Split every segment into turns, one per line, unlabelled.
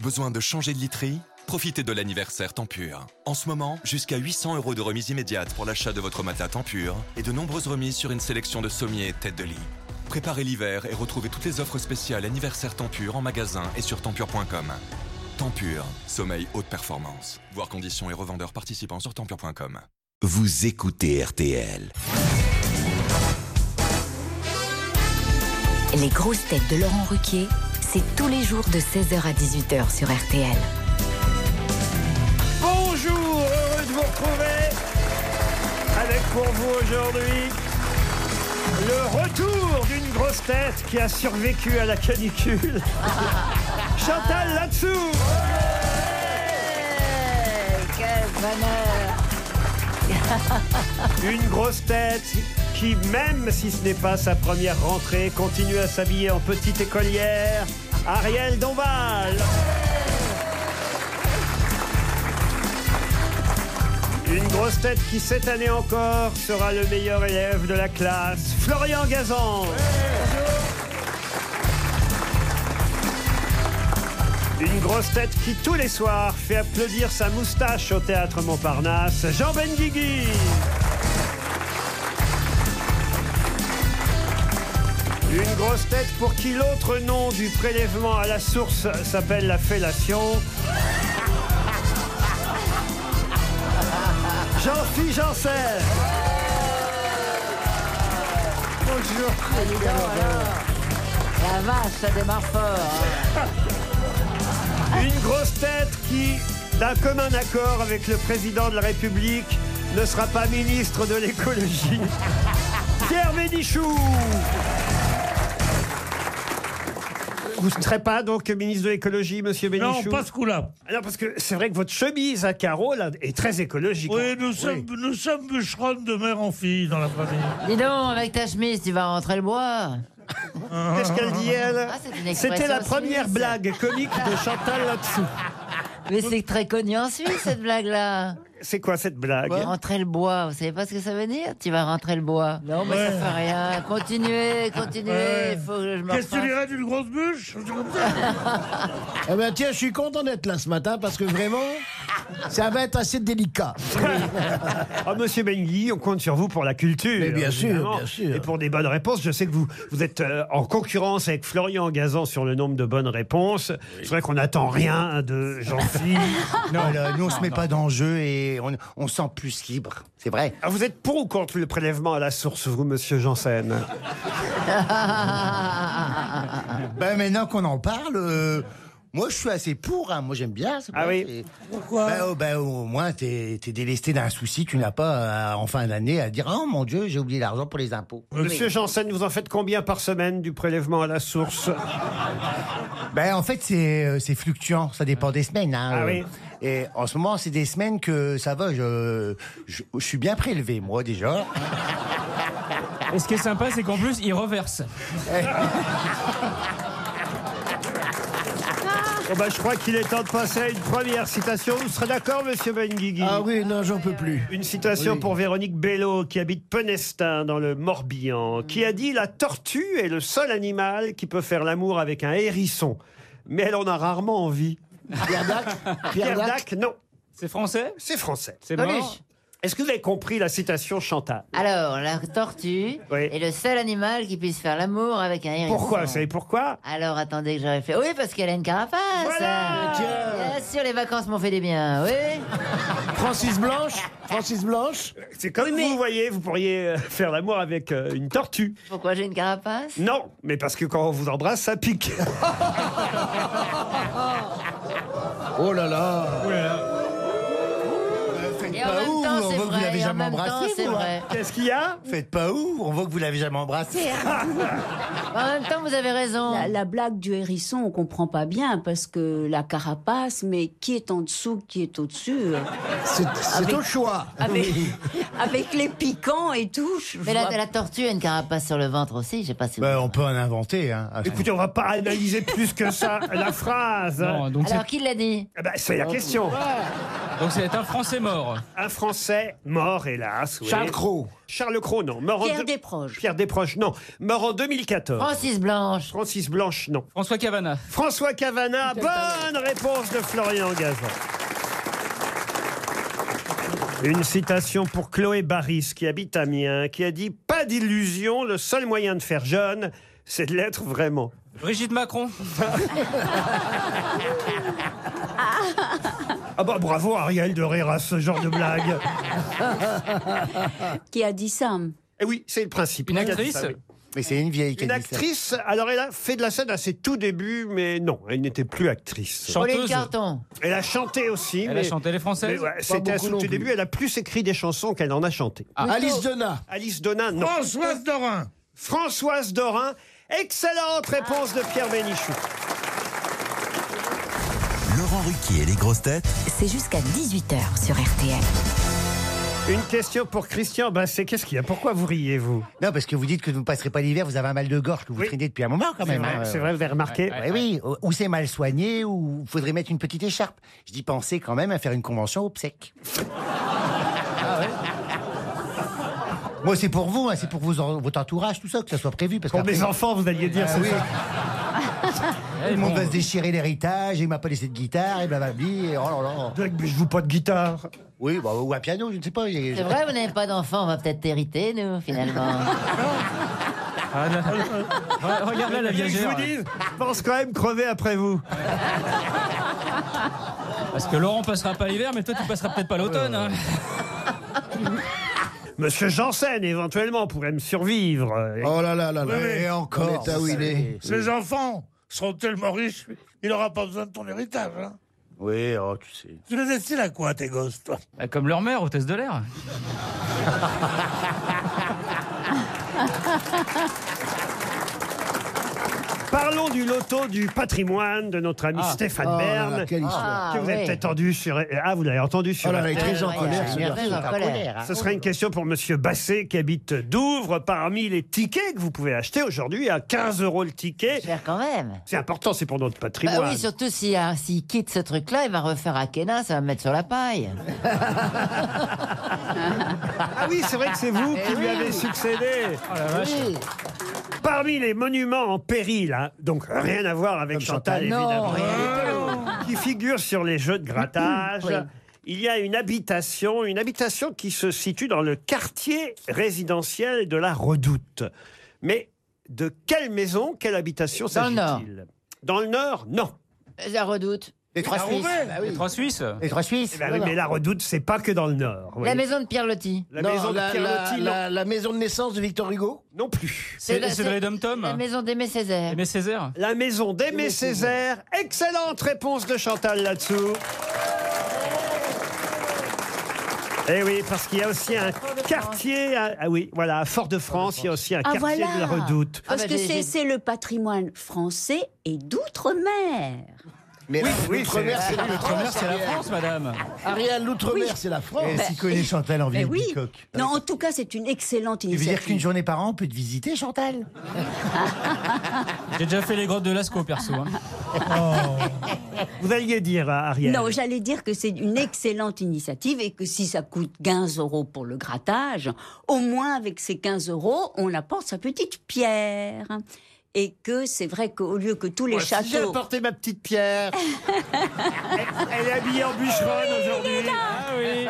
Besoin de changer de literie Profitez de l'anniversaire Tempur. En ce moment, jusqu'à 800 euros de remise immédiate pour l'achat de votre matelas Tempur et de nombreuses remises sur une sélection de sommiers et têtes de lit. Préparez l'hiver et retrouvez toutes les offres spéciales anniversaire Tempur en magasin et sur tempur.com. Tempur, sommeil haute performance. Voir conditions et revendeurs participants sur tempur.com.
Vous écoutez RTL.
Les grosses têtes de Laurent Ruquier, c'est tous les jours de 16h à 18h sur RTL.
Bonjour, heureux de vous retrouver avec pour vous aujourd'hui le retour d'une grosse tête qui a survécu à la canicule. Chantal là-dessous
Quel bonheur
Une grosse tête qui, même si ce n'est pas sa première rentrée, continue à s'habiller en petite écolière, Ariel Dombal. Une grosse tête qui, cette année encore, sera le meilleur élève de la classe, Florian Gazan. Une grosse tête qui, tous les soirs, fait applaudir sa moustache au théâtre Montparnasse, Jean Benguigui. Une grosse tête pour qui l'autre nom du prélèvement à la source s'appelle la fellation. Jean-Philippe Janssen. Bonjour.
La vache, ça démarre fort. hein.
Une grosse tête qui, d'un commun accord avec le président de la République, ne sera pas ministre de l'écologie. Pierre Bénichou. Vous ne serez pas donc ministre de l'écologie, monsieur Bénichou
Non, pas ce coup-là.
Alors, parce que c'est vrai que votre chemise à carreaux là, est très écologique.
Oui, nous sommes, nous sommes bûcherons de mère en fille dans la famille.
Dis donc, avec ta chemise, tu vas rentrer le bois.
Qu'est-ce qu'elle dit, elle
Ah, c'est une expression
C'était la première
suisse.
blague comique de Chantal là-dessous.
Mais c'est très connu en Suisse, cette blague-là.
C'est quoi cette blague
Rentrer le bois, vous savez pas ce que ça veut dire Tu vas rentrer le bois. Non, mais ça fait rien. Continuez, continuez.
Ouais.
Eh, Faut que je me
Qu'est-ce que tu
refasse.
dirais d'une grosse bûche Un truc comme ça
Eh ben tiens, je suis content d'être là ce matin parce que vraiment, ça va être assez délicat.
Ah, monsieur Bengui, on compte sur vous pour la culture.
Mais bien sûr,
évidemment,
bien sûr.
Et pour des bonnes réponses. Je sais que vous, vous êtes euh, en concurrence avec Florian Gazan sur le nombre de bonnes réponses. C'est vrai qu'on n'attend rien Ah, de Jean-Philippe.
Voilà, nous, on se met pas d'enjeu et on, on se sent plus libre. C'est vrai.
Ah, vous êtes pour ou contre le prélèvement à la source, vous, monsieur Janssen
Ben maintenant qu'on en parle, euh, moi, je suis assez pour. hein. Moi, j'aime bien. c'est
Ah
vrai,
oui.
c'est- ben, oh, ben, au moins, t'es es délesté d'un souci. Tu n'as pas, à- en fin d'année, à dire Oh mon Dieu, j'ai oublié l'argent pour les impôts.
Monsieur Janssen, vous en faites combien par semaine du prélèvement à la source
Ben, en fait, c'est euh, c'est fluctuant. Ça dépend des semaines. hein.
Ah
Euh,
oui.
Et en ce moment, c'est des semaines que ça va. Je, je, je suis bien prélevé, moi, déjà.
Et ce qui est sympa, c'est qu'en plus, il reverse.
Oh, ben, Je crois qu'il est temps de passer à une première citation. Vous serez d'accord, monsieur Benguigui
Ah oui, non, j'en peux plus.
Une citation
Oui.
pour Véronique Bello, qui habite Penestin, dans le Morbihan, qui a dit La tortue est le seul animal qui peut faire l'amour avec un hérisson. Mais elle en a rarement envie.
Pierre Dac
Pierre Dac, non,
C'est français
c'est français.
C'est
Coluche.
mort
Est-ce que vous avez compris la citation Chantal
Alors, la tortue
Oui.
est le seul animal qui puisse faire l'amour avec un hérisson.
Pourquoi Vous savez pourquoi
Alors, attendez que je réfléchisse. Oui, parce qu'elle a une carapace.
Voilà.
Bien sûr, les vacances m'ont fait des biens, oui.
Francis Blanche Francis Blanche
C'est comme vous voyez, vous pourriez euh, faire l'amour avec euh, une tortue.
Pourquoi j'ai une carapace
Non, mais parce que quand on vous embrasse, ça pique.
Oh là là
Et
Faites
en
pas
même
ouf,
temps,
Bah on voit
c'est
que vous
vrai.
l'avez
et en
jamais
même temps,
embrassé,
c'est
vous,
vrai.
hein.
Qu'est-ce qu'il y a
Faites pas ouf, on voit que vous l'avez jamais embrassé. hein.
En même temps, vous avez raison.
La, la blague du hérisson, on comprend pas bien parce que la carapace, mais qui est en dessous, qui est au-dessus euh,
C'est au choix.
avec, avec les piquants et tout. je
Mais la,
vois-
la tortue a une carapace sur le ventre aussi, je sais pas si vous-
Ben, on peut en inventer. Hein.
Écoutez, on va pas analyser plus que ça la phrase.
Non, donc c'est
Ah,
Alors, qui l'a dit
Eh ben, c'est la bah, question.
Donc c'est un Français mort.
Un Français mort, hélas. oui.
Charles Cros.
Charles Cros, non. Mort en
Pierre
deux-
Desproges.
Pierre Desproges, non. Mort en 2014.
Francis Blanche.
Francis Blanche, non.
François Cavana.
François Cavana, bonne réponse de Florian Gazan. Une citation pour Chloé Baris, qui habite Amiens, qui a dit Pas d'illusion, le seul moyen de faire jeune, c'est de l'être vraiment.
Brigitte Macron.
Ah bah bravo Ariel de rire à ce genre de blague.
Qui a dit ça
Eh oui, c'est le principe.
Une
Il a dit
actrice
ça, oui.
Mais c'est une vieille qui
Une
a dit ça.
actrice, alors elle a fait de la scène à ses tout débuts, mais non, elle n'était plus actrice.
Pauline
Chanteuse.
Carton.
Elle a chanté aussi,
Elle
mais,
a chanté les
mais
Françaises.
ouais, c'était à
beaucoup
son
non
tout
plus.
début. Elle a plus écrit des chansons qu'elle en a chanté.
Ah,
Ah.
Alice Donna.
Alice Donna, non.
Françoise Dorin.
Françoise Dorin, excellente réponse de Pierre Bénichou.
Laurent Ruquier et les grosses têtes
C'est jusqu'à 18h sur RTL.
Une question pour Christian Basset. Qu'est-ce qu'il y a Pourquoi vous riez, vous
Non, parce que vous dites que vous ne passerez pas l'hiver, vous avez un mal de gorge que vous
Oui.
traînez depuis un moment quand même. hein.
C'est vrai, vous avez remarqué
Ouais, oui, ou- ou c'est mal soigné, ou faudrait mettre une petite écharpe. Je dis penser quand même à faire une convention au E PSEC.
Ah
Moi, c'est pour vous, hein, c'est pour vos en- votre entourage, tout ça, que ça soit prévu. Parce que
Pour mes enfants, vous alliez dire, c'est ça Eh,
tout le monde va se déchirer l'héritage, et il m'a pas laissé de guitare, et blablabli, et oh là là.
Doug, mais je joue pas de guitare.
Oui, bah, ou un piano, je ne sais pas. il y a-
C'est vrai, vous n'avez pas d'enfant, on va peut-être hériter, nous, finalement.
Ah, non. Re- Regarde là la
Bien que je
viagère.
vous dise, je pense quand même crever après vous.
Parce que Laurent passera pas l'hiver, mais toi tu passeras peut-être pas l'automne. hein.
Monsieur Janssen, éventuellement, pourrait me survivre. Euh,
Oh là là là là,
Oui, oui.
et encore.
On est à où il est.
Ses enfants seront tellement riches, il n'aura pas besoin de ton héritage. hein.
Oui, oh, tu sais.
Tu les destines à quoi, tes gosses, toi
Bah, Comme leur mère, hôtesse de l'air.
Parlons du loto du patrimoine de notre ami
Ah.
Stéphane
Oh là là,
Bern.
quelle histoire.
Ah,
que vous avez
ouais.
peut-être entendu sur... Ah, vous l'avez entendu sur...
Oh là là, il est très en
Ouais,
colère,
ouais,
ce
ouais,
garçon. Ah,
ouais, en colère. hein.
Ce sera une question pour Monsieur Basset qui habite Douvres. Parmi les tickets que vous pouvez acheter aujourd'hui à 15 euros le ticket,
Cher quand même.
c'est important, c'est pour notre
Bah
patrimoine.
oui, surtout s'il si quitte ce truc-là, il va refaire Akena, ça va me mettre sur la paille.
ah oui, c'est vrai que c'est
Eh
vous qui lui avez succédé.
Ah,
Parmi les monuments en péril, hein, donc rien à voir avec Chantal, évidemment, qui figurent sur les jeux de grattage.
Oui.
Il y a une habitation, une habitation qui se situe dans le quartier résidentiel de la Redoute. Mais de quelle maison, quelle habitation
Dans le
s'agit-il Dans le Nord, non.
La redoute.
Les trois Suisses. Bah oui.
Les trois Suisses.
Les trois Suisses.
Eh ben oui, mais la Redoute, c'est pas que dans le Nord. vous
La
voyez.
maison de Pierre Loti.
Oh, La
Non,
maison de
la-
Pierre
la-
Loti, non,
la- la maison de naissance de Victor Hugo
non plus.
C'est c'est de les Dom
La
Tom.
maison d'Aimé Césaire.
Aimé Césaire.
La maison d'Aimé Césaire. Excellente réponse de Chantal là-dessous. Eh oui, parce qu'il y a aussi un quartier, à- ah oui, voilà, à Fort-de-France, il y a aussi un
Ah,
quartier
voilà. Ah,
de la Redoute.
Parce
bah,
que
j'ai- j'ai-
c'est c'est le patrimoine français et d'outre-mer.
Mais oui, l'outre-mer, c'est la
L'outre-mer, c'est la France, madame.
Ariel, l'outre-mer, c'est la France.
Eh,
Et s'y connaît Chantal en ville Bicoque.
Non, en tout cas, c'est une excellente
Tu veux dire qu'une
initiative.
journée par an, on peut te visiter, Chantal
J'ai déjà fait les grottes de Lascaux, perso. hein.
Oh. Vous alliez dire, à Ariel.
Non, j'allais dire que c'est une excellente initiative et que si ça coûte 15 euros pour le grattage, au moins avec ces 15 euros, on apporte sa petite pierre. Et que c'est vrai qu'au lieu que tous les
Moi, si j'ai
châteaux...
apporté ma petite pierre. elle, elle est habillée en bûcheronne aujourd'hui.
Ah oui.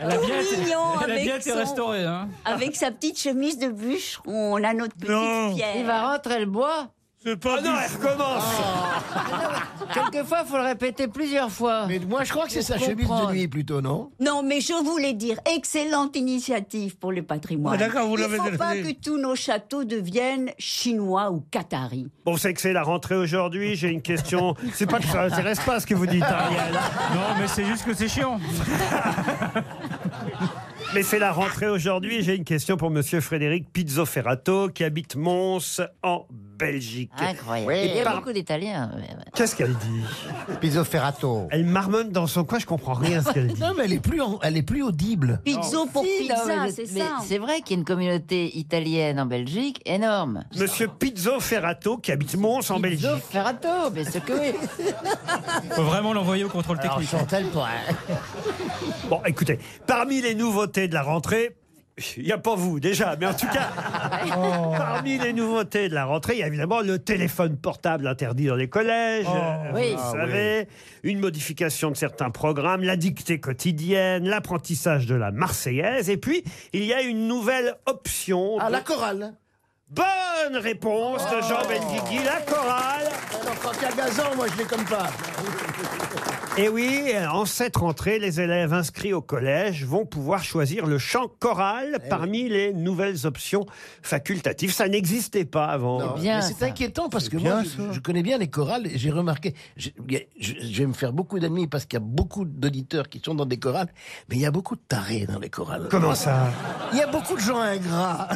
Elle a
Tout
bien été-
mignon
Elle a
avec
bien été
son-
restaurée. hein.
Avec sa petite chemise de bûcheron, on a notre petite
Non.
pierre.
Il va rentrer le bois. Oh.
C'est pas
Ah non, elle recommence.
Quelquefois, il faut le répéter plusieurs fois.
Mais moi, je crois que c'est sa
Pour
chemise
comprendre.
de nuit plutôt, non
Non, mais je voulais dire, excellente initiative pour le patrimoine.
Ah, d'accord, vous
Il
l'avez
faut
déjà
pas
fait.
que tous nos châteaux deviennent chinois ou qataris.
Bon, c'est que c'est la rentrée aujourd'hui, j'ai une question. C'est pas que ça intéresse pas ce que vous dites, Ariel.
Non, mais c'est juste que c'est chiant.
Mais c'est la rentrée aujourd'hui. J'ai une question pour Monsieur Frédéric Pizzoferrato qui habite Mons en Belgique.
Ah, Incroyable. Eh
Et
Il y a
par-
beaucoup d'Italiens. mais-
Qu'est-ce qu'elle dit
Pizzo Ferrato.
Elle marmonne dans son coin, je comprends rien à ce qu'elle dit.
Non, mais elle est plus, en- elle est plus audible.
Pizzo pour
Si, non, mais
pizza,
le-
c'est
mais
ça.
C'est vrai qu'il y a une communauté italienne en Belgique énorme.
Monsieur Pizzo Ferrato, qui habite Mons en Belgique.
Pizzo Ferrato, mais ce que oui.
Faut vraiment l'envoyer au contrôle
Alors,
technique.
Chantal, toi.
Bon, écoutez, parmi les nouveautés de la rentrée, il n'y a pas vous déjà, mais en tout cas,
Oh.
parmi les nouveautés de la rentrée, il y a évidemment le téléphone portable interdit dans les collèges,
Oh.
euh,
Oui.
vous
Ah
savez, une modification de certains programmes, la dictée quotidienne, l'apprentissage de la Marseillaise, et puis il y a une nouvelle option.
Ah,
de-
la chorale.
Bonne réponse de
Oh.
Jean Benguigui, la chorale.
Alors, quand il y a gazon, moi, je les comme pas.
Et Eh oui, en cette rentrée, les élèves inscrits au collège vont pouvoir choisir le chant
Eh
choral parmi les nouvelles options facultatives. Ça n'existait pas avant.
bien,
Ah, mais c'est
ça.
inquiétant parce que
bien,
moi, je-
ça.
je, connais bien les chorales et j'ai remarqué. Je, il y a- je- je vais me faire beaucoup d'ennemis parce qu'il y a beaucoup d'auditeurs qui sont dans des chorales, mais il y a beaucoup de tarés dans les chorales.
Comment ça
Il y a beaucoup de gens ingrats.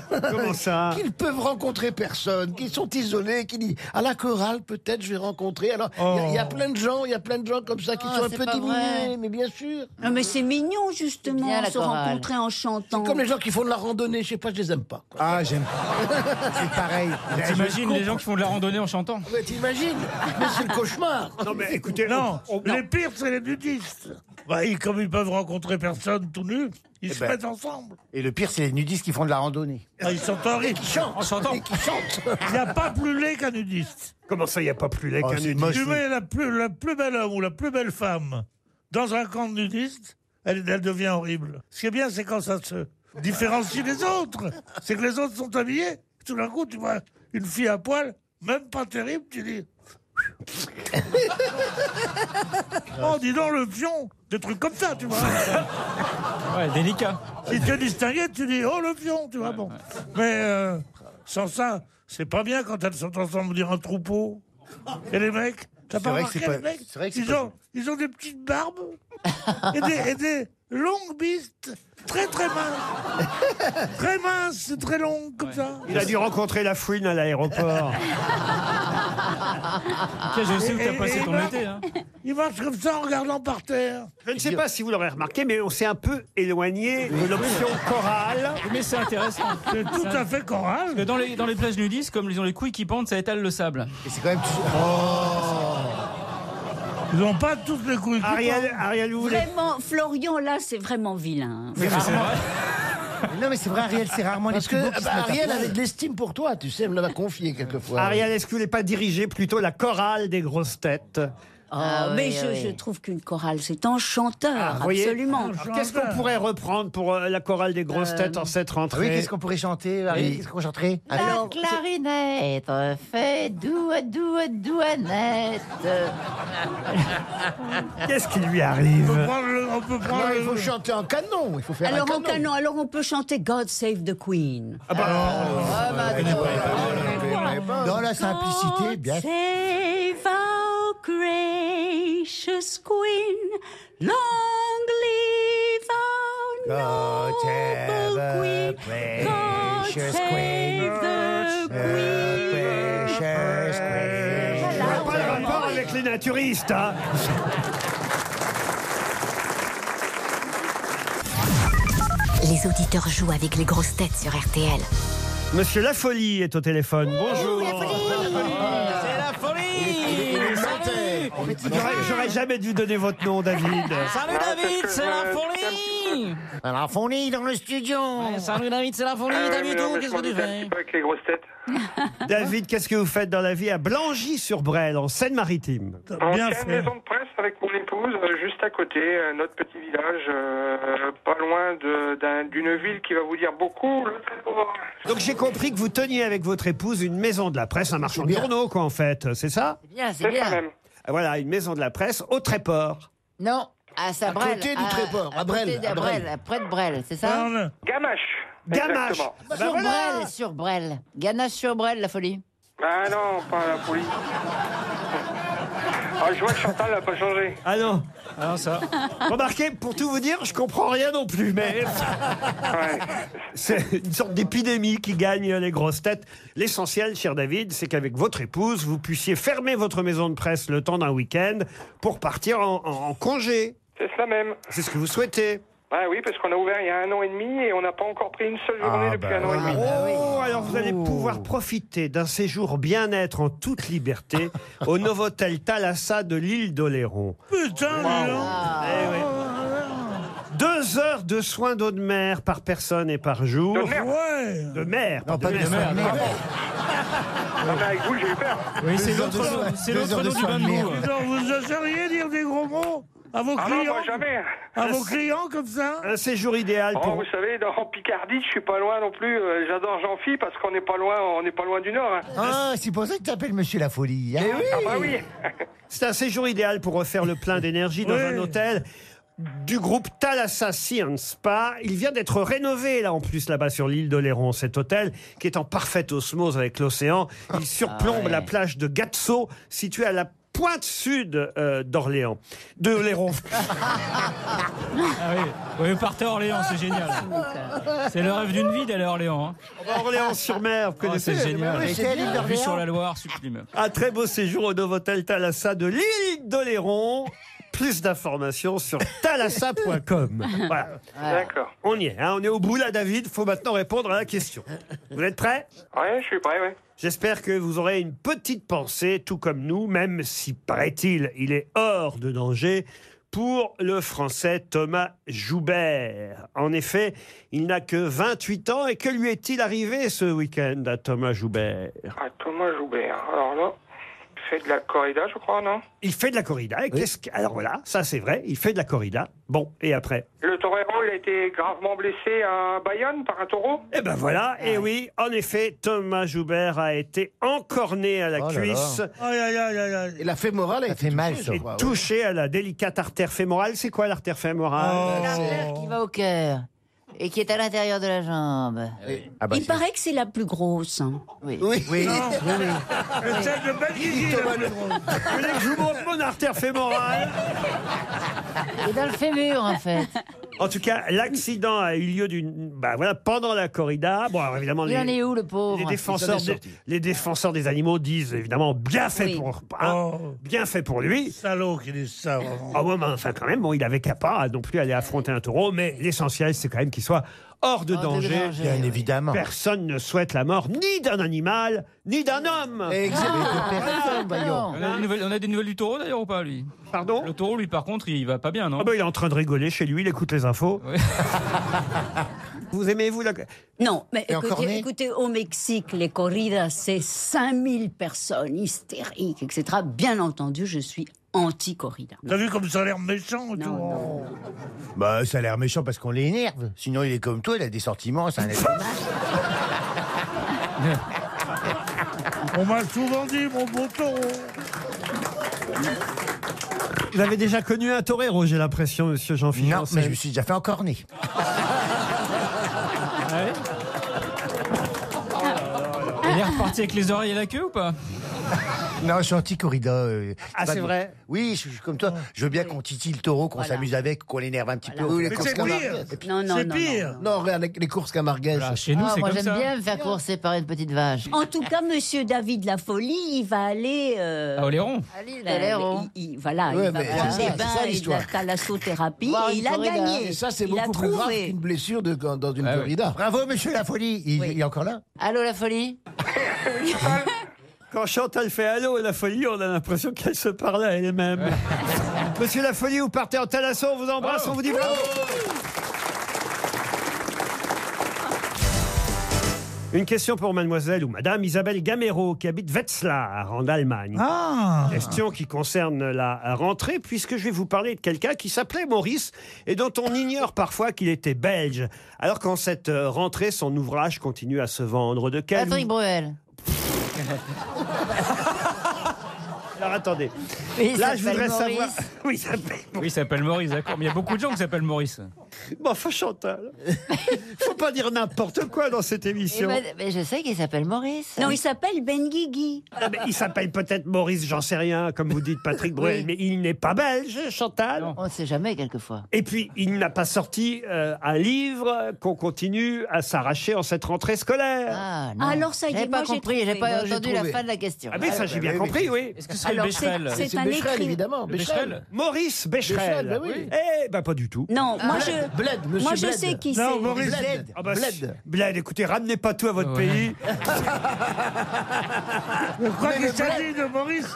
Comment ça
Qui ne peuvent rencontrer personne, qui sont isolés, qui disent à la chorale peut-être je vais rencontrer. Alors il y a- il y, a plein de gens, il y a plein de gens comme ça qui
Oh,
sont un
c'est
peu
pas
diminués,
vrai.
mais bien sûr.
Ah, mais c'est mignon, justement,
C'est bien, la
se
chorale.
rencontrer en chantant.
Comme les gens qui font de la randonnée, je sais pas, je les aime pas. quoi.
Ah, j'aime pas. C'est pareil.
Eh,
T'imagines les gens qui font de la randonnée en chantant
Ouais, T'imagines Mais c'est le cauchemar.
Non mais écoutez,
Non,
on- on-
les pires, c'est les nudistes. Bah, ils, comme ils peuvent rencontrer personne tout nu, ils se
ben.
mettent ensemble.
Et le pire, c'est les nudistes qui font de la randonnée.
Ah, ils sont horribles.
En chantant
Et qui chantent.
Il n'y a pas plus laid qu'un nudiste.
comment ça, il n'y a pas plus laid
Oh,
qu'un
c'est
nudiste
moche.
Tu mets la plus, la plus belle homme ou la plus belle femme dans un camp de nudistes, elle, elle devient horrible. Ce qui est bien, c'est quand ça se différencie des autres. C'est que les autres sont habillés. Tout d'un coup, tu vois une fille à poil, même pas terrible, tu dis. oh, dis donc, le pion Des trucs comme ça, tu vois.
Ouais, délicat.
Si tu es distingué, tu dis oh le pion, tu vois. Bon. Mais euh, sans ça, c'est pas bien quand elles sont ensemble dire un troupeau. Et les mecs, t'as pas
vrai que
remarqué
c'est pas-
les mecs
c'est vrai que c'est
ils,
pas
ont, ils ont des petites barbes et des, et des longues bistes très très minces. très minces et très longues comme ça.
Il a dû rencontrer la fouine à l'aéroport.
Ok, je sais où t'as passé ton été. Hein.
Ils marchent comme ça en regardant par terre.
Je ne sais pas si vous l'aurez remarqué, mais on s'est un peu éloigné de l'option chorale.
Mais c'est intéressant.
C'est tout à fait
Que
choral.
dans les, dans les plages nudistes, comme ils ont les couilles qui pendent, ça étale le sable.
Et c'est quand même. Oh
Ils n'ont pas tous les couilles. qui
Ariel, Ariel, vous voulez
Vraiment, Florian, là, c'est vraiment vilain. hein.
Non, mais c'est vrai, Ariel, c'est rarement les
Parce
plus beaux
que
qui
bah,
se mettent à
Ariel
poil.
avait de l'estime pour toi, tu sais, elle me l'avait confié quelquefois.
Ariel, est-ce que vous voulez pas diriger plutôt la chorale des grosses têtes
Ah,
mais
oui,
je,
oui.
je trouve qu'une chorale, c'est un chanteur,
Ah, vous voyez
absolument.
Ah,
Qu'est-ce qu'on pourrait reprendre pour euh, la chorale des grosses têtes en cette
Ah oui,
rentrée
qu'est-ce qu'on pourrait chanter Ariel,
Oui.
qu'est-ce qu'on chanterait
La clarinette fait doua doua douanette.
Qu'est-ce qui lui
On peut
arrive
prendre le- on peut
Non,
prendre
il faut
le-
chanter en canon, il faut faire
Alors
un
en canon, alors on peut chanter God Save the Queen.
Ah bah, euh,
Dans la simplicité, bien
God Save our gracious Queen. Long live our
God save
noble
the
Queen. God
precious
save the Queen.
Precious Queen.
On n'a pas de rapport avec les naturistes. hein.
Les auditeurs jouent avec les grosses têtes sur RTL.
Monsieur Lafolie est au téléphone.
Oh,
Bonjour.
C'est la folie Salut
J'aurais- J'aurais jamais dû donner votre nom, David.
Ah,
Salut David, c'est
Ah,
la folie
Alors, folie dans le studio.
Salut David, c'est la folie, t'as vu tout, qu'est-ce que tu fais
Avec les grosses têtes.
David, qu'est-ce que vous faites dans la vie à Blangy-sur-Brel, en Seine-Maritime
Bien
Ancienne
fait.
maison de presse avec mon épouse, euh, juste à côté, euh, notre petit village, euh, pas loin de- d'un- d'une ville qui va vous dire beaucoup, le très pauvre.
Donc j'ai compris que vous teniez avec votre épouse une maison de la presse, un marchand de journaux, quoi, en fait. C'est ça
Bien, c'est
C'est ça
bien.
même.
Ah, Voilà, une maison de la presse au Tréport.
Non, à Sabrel.
côté du Tréport, à
côté
Brel,
de
à
Brel,
Brel.
à près de Brel, c'est ça
Non, non.
Gamache.
Gamache
Exactement.
Ah, bah
Sur
voilà. Oh.
Brel, sur Brel.
Bah,
Ganache sur Brel, la folie.
Ah non, pas la police. Ah, je vois que Chantal n'a pas changé.
Ah non.
ça.
Remarquez, Ah. pour tout vous dire, je comprends rien non plus, mais c'est une sorte d'épidémie qui gagne les grosses têtes. L'essentiel, cher David, c'est qu'avec votre épouse, vous puissiez fermer votre maison de presse le temps d'un week-end pour partir en, en- en congé.
C'est cela même.
C'est ce que vous souhaitez.
Ah oui, parce qu'on a ouvert il y a un an et demi et on n'a pas encore pris une
Ah,
seule journée
bah,
depuis un an et demi.
Oh, alors vous allez pouvoir profiter d'un séjour bien-être en toute liberté au Novotel Thalassa de l'île d'Oléron.
Putain, dis donc.
Ah, eh
Ah,
Deux heures de soins d'eau de mer par personne et par jour.
De mer. Ouais.
De mer.
Non, pas de mer, non.
Non, mais avec vous, j'ai eu peur.
Oui,
c'est l'autre
nom-
c'est l'autre nom du bateau.
Dis donc, Vous oseriez dire des gros mots à vos
Ah non,
clients
moi, jamais. Euh,
À vos clients comme ça
Un séjour idéal
Oh, vous savez, dans- en Picardie, je suis pas loin non plus. Euh, J'adore Jean-Phi parce qu'on n'est pas loin, on n'est pas loin du Nord. hein.
Ah, c'est pour ça que tu t'appelles Monsieur La Folie. hein.
Ah bah oui.
Eh C'est un séjour idéal pour refaire le plein d'énergie dans
Oui.
un hôtel du groupe Thalassa Science Spa. Il vient d'être rénové, là, en plus, là-bas sur l'île d'Oléron, cet hôtel, qui est en parfaite osmose avec l'océan.
Ah,
Il surplombe la plage de Gatso, située à la pointe sud euh, d'Orléans. De Oléron.
Ah oui. oui, partez à Orléans, c'est génial. C'est le rêve d'une vie d'aller à Orléans. hein.
Orléans-sur-mer, vous
Oh,
connaissez
c'est génial.
Oui, c'est l'île
Vue
d'Orléans.
sur la Loire, sublime.
Un très beau séjour au Novotel Thalassa de l'île d'Oléron. Plus d'informations sur thalassa.com. Voilà.
D'accord.
On y est, hein, on est au bout là, David. faut maintenant répondre à la question. Vous êtes prêts
Ouais, je suis prêt, ouais.
J'espère que vous aurez une petite pensée, tout comme nous, même si, paraît-il, il est hors de danger, pour le français Thomas Joubert. En effet, il n'a que 28 ans et que lui est-il arrivé ce week-end à Thomas Joubert
Ah, Thomas Joubert. Alors là, il fait de la corrida, je crois, non
Il fait de la corrida. Et qu'est-ce que- Alors voilà, ça c'est vrai, il fait de la corrida. Bon, et après
Le torero, il a été gravement blessé à Bayonne par un taureau
Eh ben voilà, et oui, en effet, Thomas Joubert a été encorné à la
Oh là
cuisse.
là.
Aïe, aïe, aïe, aïe, aïe.
Et la fémorale, elle fait mal,
Et touché à la délicate artère fémorale. C'est quoi l'artère
Oh.
fémorale
L'artère qui va au cœur et qui est à l'intérieur de la jambe.
Eh Il paraît que Ah bah c'est la plus grosse. hein.
Oui.
Oui.
Non. Et celle de hein, Benguigui, la plus drôle.
Vous voulez que je vous montre mon artère fémorale
Et dans le fémur, en fait.
En tout cas, l'accident a eu lieu d'une, bah voilà, pendant la corrida. Bon, alors évidemment,
Il
les,
en est où, le pauvre
les défenseurs,
Il s'en est sorti.
des, les défenseurs des animaux disent évidemment bien fait pour, hein, bien fait pour lui.
Salaud qui dit ça. vraiment.
Ah ouais, mais enfin quand même, bon, il avait qu'à pas non plus aller affronter un taureau, mais l'essentiel c'est quand même qu'il soit hors de
Hors de
danger.
danger, Bien oui. évidemment.
Personne ne souhaite la mort ni d'un animal, ni d'un homme.
Ah.
On a, des nouvelles, on a des nouvelles du taureau d'ailleurs ou pas lui
Pardon
Le taureau lui par contre il va pas bien non
Ah ben, il est en train de rigoler chez lui, il écoute les infos. vous aimez, vous la...
Non, mais écoutez, écoutez, au Mexique, les corridas, c'est 5000 personnes hystériques, etc. Bien entendu, je suis anti-corrida.
T'as vu comme ça a l'air méchant et tout.
Bah, ça a l'air méchant parce qu'on l'énerve. Sinon, il est comme toi, il a des sentiments, c'est un être humain.
On m'a souvent dit, mon beau taureau.
Vous avez déjà connu un torero, j'ai l'impression, monsieur Jean-Philippe.
Non, mais je me suis déjà fait encorner.
Il est reparti avec les oreilles et la queue ou pas
Non, je suis anti-corrida. euh,
Ah,
pas
c'est
de-
vrai
Oui, je, je suis comme toi. Je veux bien qu'on titille le taureau, qu'on
Voilà.
s'amuse avec, qu'on l'énerve un petit peu.
Oui, les courses camarguaises.
C'est non, pire. non,
Non, regarde, les, les courses camarguaises.
Ah, moi, j'aime bien me faire courser par une petite vache.
En tout cas, monsieur David La Folie, il va aller. euh,
À
Oléron.
À l'île
euh,
d'Oléron.
il- il- Voilà,
Ouais,
il va
mais
prendre
c'est
des
ça,
bains
c'est ça,
et de
l'histoire.
la thalassothérapie
Voir
et
une
il a
corrida.
gagné.
Et ça, c'est
il a
beaucoup plus grave
trouvé.
qu'une blessure de, quand- dans
Ah
une corrida.
Bravo, monsieur La Folie. Il, il est encore là
Allô, la folie
Quand Chantal fait allô à la folie, on a l'impression qu'elle se parle à elle-même. Monsieur la folie, vous partez en talasso, on vous embrasse, on vous dit bravo. Une question pour mademoiselle ou madame Isabelle Gamero qui habite Wetzlar en Allemagne. Question qui concerne la rentrée puisque je vais vous parler de quelqu'un qui s'appelait Maurice et dont on ignore parfois qu'il était belge. Alors qu'en cette euh, rentrée, son ouvrage continue à se vendre. De quel
Patrick Bruel.
Alors attendez.
Oui, il
Là, Ah, je
s'appelle
voudrais
Maurice.
savoir. Oui, il s'appelle-
Oui, il s'appelle Maurice, d'accord. Mais il y a beaucoup de gens qui s'appellent Maurice.
Bon, enfin, Chantal, faut pas dire n'importe quoi dans cette émission.
Eh ben, mais je sais qu'il s'appelle Maurice.
Non, il s'appelle Ben Guigui.
Ah, mais il s'appelle peut-être Maurice, j'en sais rien, comme vous dites Patrick Bruel,
Oui.
mais il n'est pas belge, Chantal.
On ne sait jamais quelquefois.
Et puis, il n'a pas sorti euh, un livre qu'on continue à s'arracher en cette rentrée scolaire.
Ah,
non. Alors, ça y est,
J'ai pas
moi, j'ai
compris,
trouvé.
j'ai pas
Moi, j'ai
entendu la
trouvé.
fin de la question.
Ah, mais ça, j'ai bien compris, oui.
Est-ce que c'est le Alors, c'est- Becherel c'est
C'est Becherel, évidemment. Becherel.
Maurice Becherel.
Becherel, bah oui.
Eh ben, pas du tout.
Non, moi
Bled,
je.
Bled, monsieur
moi je
Bled.
sais qui c'est.
Non, Maurice
Bled.
Ah bah, si.
Bled.
Bled, écoutez, ramenez pas tout à votre pays.
Je crois
Mais
qu'il
le
s'agit de Maurice,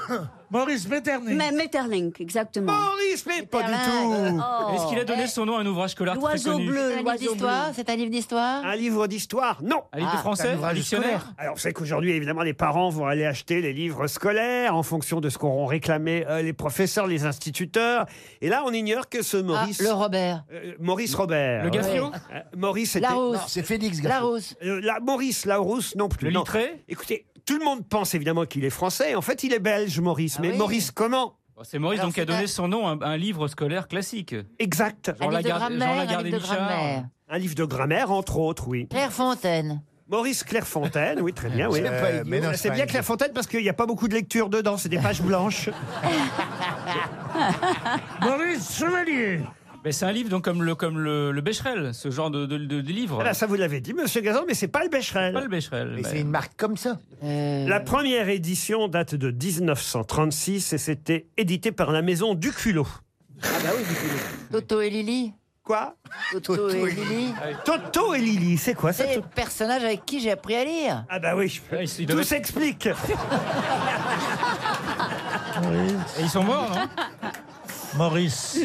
Maurice Metternich.
Mais Metterlink, exactement.
Maurice, mais pas du tout.
Oh.
Est-ce qu'il a donné son nom à un ouvrage scolaire très
L'oiseau
connu
bleu,
C'est un livre
l'oiseau bleu.
d'histoire C'est un livre d'histoire
Un livre d'histoire Non.
Un livre de français Un dictionnaire
Alors, vous savez qu'aujourd'hui, évidemment, les parents vont aller acheter les livres scolaires en fonction de ce qu'auront réclamé euh, les professeurs, les instituteurs. Et là, on ignore que ce
Ah,
Maurice.
le Robert.
euh, Maurice Robert.
Le Gaffio
Euh, Maurice était.
Non,
Larousse.
C'est Félix Garcia.
Larousse.
Euh, la- Maurice Larousse, non plus.
Le
non.
Littré
Écoutez, tout le monde pense évidemment qu'il est français. En fait, il est belge, Maurice.
Ah
mais
oui.
Maurice, comment
Bon, Oh, C'est Maurice
Alors,
donc qui a
c'est un-
donné son nom à un, à un livre scolaire classique.
Exact.
Un livre de
Lagarde- Jean
grammaire, un
Lagarde et
livre de
Michard.
grammaire.
Un livre de grammaire, entre autres, oui.
Claire Fontaine.
Maurice Clairefontaine, oui, très bien. Oui. Euh,
C'est pas idiot. mais non, c'est
c'est
pas
bien
idiot.
Clairefontaine parce qu'il n'y a pas beaucoup de lecture dedans, c'est des pages blanches.
Ah,
Maurice Chevalier.
Mais c'est un livre donc comme le comme le, le Becherel, ce genre de, de, de- de livre.
Ah bah, ça, vous l'avez dit, monsieur Gazan, mais c'est pas le Becherel.
Pas le Becherel.
Mais
bah,
c'est une marque comme ça.
Euh,
La première édition date de 1936 et c'était édité par la maison du culot.
Toto et Lily.
Quoi
Toto et Lily.
Toto et Lily, c'est quoi ça
C'est les
Toto-
personnages avec qui j'ai appris à lire.
Ah bah oui,
Ah, ils- ils
tout
doivent
s'explique.
être- Et ils sont morts, non
Maurice.